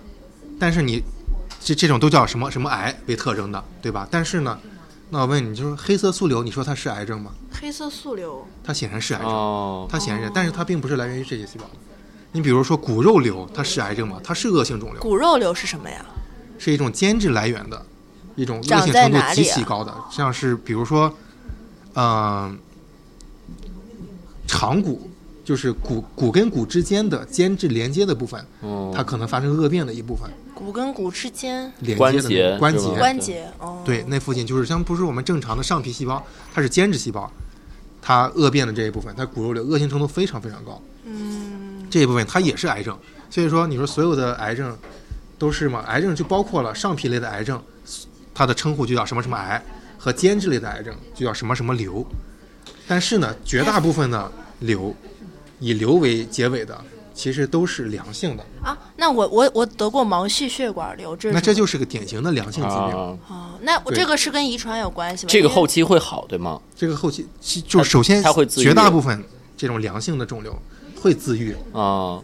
S3: 但是你这这种都叫什么什么癌为特征的，对吧？但是呢，那我问你，就是黑色素瘤，你说它是癌症吗？
S1: 黑色素瘤，
S3: 它显然是癌症，
S2: 哦，
S3: 它显然是，但是它并不是来源于这些细胞。你比如说骨肉瘤，它是癌症吗？它是恶性肿瘤，
S1: 骨肉瘤是什么呀？
S3: 是一种间质来源的，一种恶
S1: 长
S3: 性
S1: 在
S3: 程度
S1: 哪里
S3: 极其
S1: 啊
S3: 高的，像是比如说，嗯、长骨就是骨骨跟骨之间的间质连接的部分，
S2: 哦
S3: 它可能发生恶变的一部分，
S1: 骨跟骨之间
S3: 连
S2: 关
S3: 接的那
S2: 节
S3: 关
S2: 是
S3: 节
S2: 吧
S1: 关节，哦，
S3: 对，那附近就是像不是我们正常的上皮细胞，它是间质细胞，它恶变的这一部分，它骨肉瘤恶性程度非常非常高。嗯，这一部分它也是癌症，所以说你说所有的癌症都是嘛？癌症就包括了上皮类的癌症，它的称呼就叫什么什么癌，和间质类的癌症就叫什么什么瘤。但是呢，绝大部分的瘤以瘤为结尾的，其实都是良性的，
S1: 啊，那我我我得过毛细血管瘤，这是
S3: 那这
S1: 什么
S3: 就是个典型的良性疾病。
S2: 啊，
S1: 哦，那我
S3: 对
S1: 这个是跟遗传有关系吗？
S2: 这个
S1: 因为
S2: 后期会好对吗？
S3: 这个后期其就是首先
S2: 它会自愈
S3: 绝大部分这种良性的肿瘤会自愈，
S2: 啊，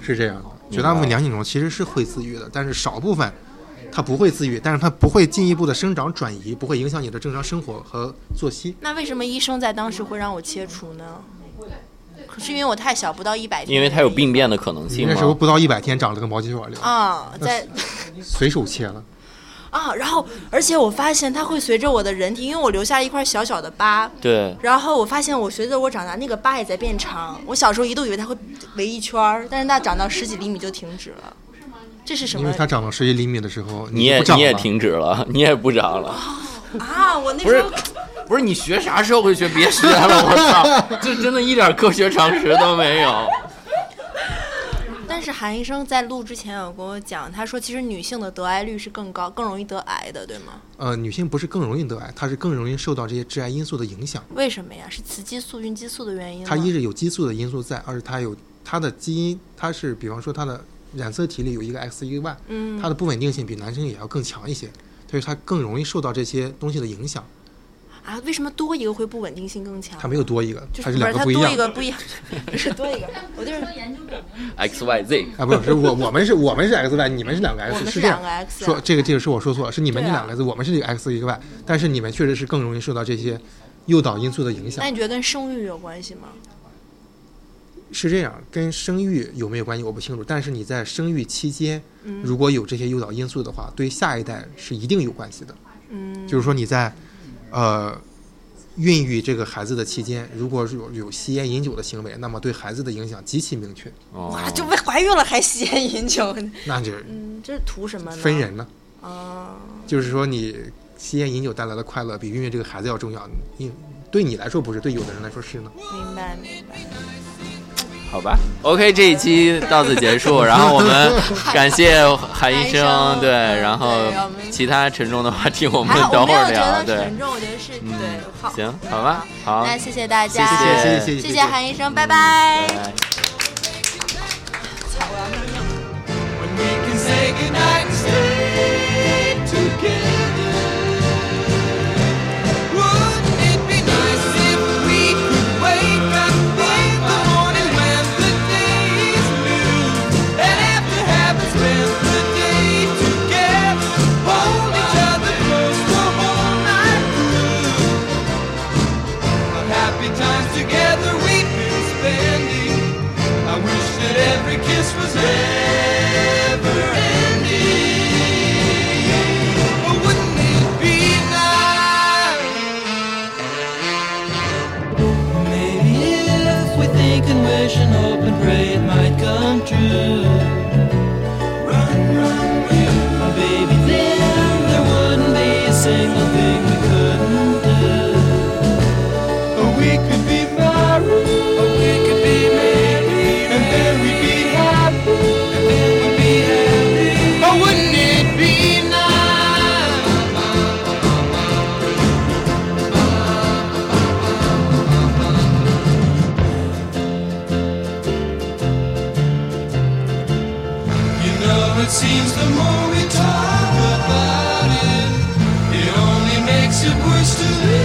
S3: 是这样的。
S2: 白
S3: 绝大部分良性肿瘤其实是会自愈的，但是少部分它不会自愈，但是它不会进一步的生长转移，不会影响你的正常生活和作息。
S1: 那为什么医生在当时会让我切除呢？可是因为我太小，不到一百天而已，
S2: 因为它有病变的可能
S3: 你
S2: 性
S3: 那时候
S2: 吗？
S3: 不到一百天长了个毛细血管瘤，
S1: 啊，在
S3: 随手切了，
S1: 啊，然后而且我发现它会随着我的人体，因为我留下了一块小小的疤，
S2: 对，
S1: 然后我发现我随着我长大，那个疤也在变长。我小时候一度以为它会围一圈儿，但是它长到十几厘米就停止了。这是什
S3: 因
S1: 么
S3: 为它长到十一厘米的时候，
S2: 你
S3: 就
S2: 也
S3: 不长
S2: 你也
S3: 了
S2: 停止了， 你也不长了。
S1: 啊？我那
S2: 不
S1: 时
S2: 是
S1: 候，
S2: 不是你学啥社会学？别学了，我操！这真的一点科学常识都没 有。
S1: 但是韩医生在录之前有跟我讲，他说其实女性的得癌率是更高，更容易得癌的，对吗？
S3: 呃，女性不是更容易得癌，它是更容易受到这些致癌因素的影响。
S1: 为什么呀？是雌激素、孕激素的原因吗？
S3: 它一是有激素的因素在，二是它有它的基因，它是比方说它的染色体里有一个 X 一个 Y，
S1: 嗯
S3: 它的不稳定性比男生也要更强一些，所以它更容易受到这些东西的影响。
S1: 啊，为什么多一个会不稳定性更强
S3: 它？没有多一个，
S1: 就
S3: 它
S1: 是
S3: 是
S1: 不
S3: 两
S1: 是它
S3: 不一
S1: 多
S3: 样
S1: 一。个不一样， 不是多一个，我就是
S6: 研究表明，
S2: X Y Z，
S3: 啊，不是，是我我们是我们是 X Y，你们是两个
S1: 我
S3: X，
S1: 们是
S3: 这样
S1: 两个 X 啊
S3: 说这个这个是我说错了，是你们
S1: 对
S3: 这
S1: 啊
S3: 两个 X，我们是一个 X 一个 Y，但是你们确实是更容易受到这些诱导因素的影响
S1: 那。你觉得跟生育有关系吗？
S3: 是这样，跟生育有没有关系我不清楚，但是你在生育期间，
S1: 嗯
S3: 如果有这些诱导因素的话，对下一代是一定有关系的。
S1: 嗯，
S3: 就是说你在，呃，孕育这个孩子的期间，如果是有有吸烟饮酒的行为，那么对孩子的影响极其明确，
S2: 哦
S1: 哇，啊就被怀孕了还吸烟饮酒 呢，
S3: 那就
S1: 嗯，这是图什么呢？
S3: 分人了。
S1: 啊，
S3: 就是说你吸烟饮酒带来的快乐比孕育这个孩子要重要，你对你来说不是，对有的人来说是呢。
S1: 明白明白。
S2: 好吧。OK，这一期到此结 束，然后我们感谢韩医
S1: 韩医
S2: 生，
S1: 生
S2: 对，然后
S1: 对我们
S2: 其他沉重的话题我们
S1: 还好啊我
S2: 等
S1: 没
S2: 会
S1: 有觉
S2: 儿聊，
S1: 得
S2: 对。嗯
S1: 沉重，我觉得是对，好，
S2: 行，好吧，好，
S1: 那谢谢大家，
S2: 谢
S3: 谢
S2: 谢
S3: 谢
S1: 谢
S3: 谢
S1: 谢韩医生，拜拜。
S2: 拜拜
S7: when we can say goodnight and stay together. Wouldn't it be nice if we could wake up in the morning when the day is new? And after having spent the day together, hold each other close the whole night through. What happy times together we've been spending. I wish that every kiss was never ending. But wouldn't it be nice? Maybe if we think and wish and hope and pray it might come true. Run, run, run. Baby, then there wouldn't be a single thing we couldn't do. Or we could be married. Or we could be married. seems the more we talk about it, it only makes it worse to live.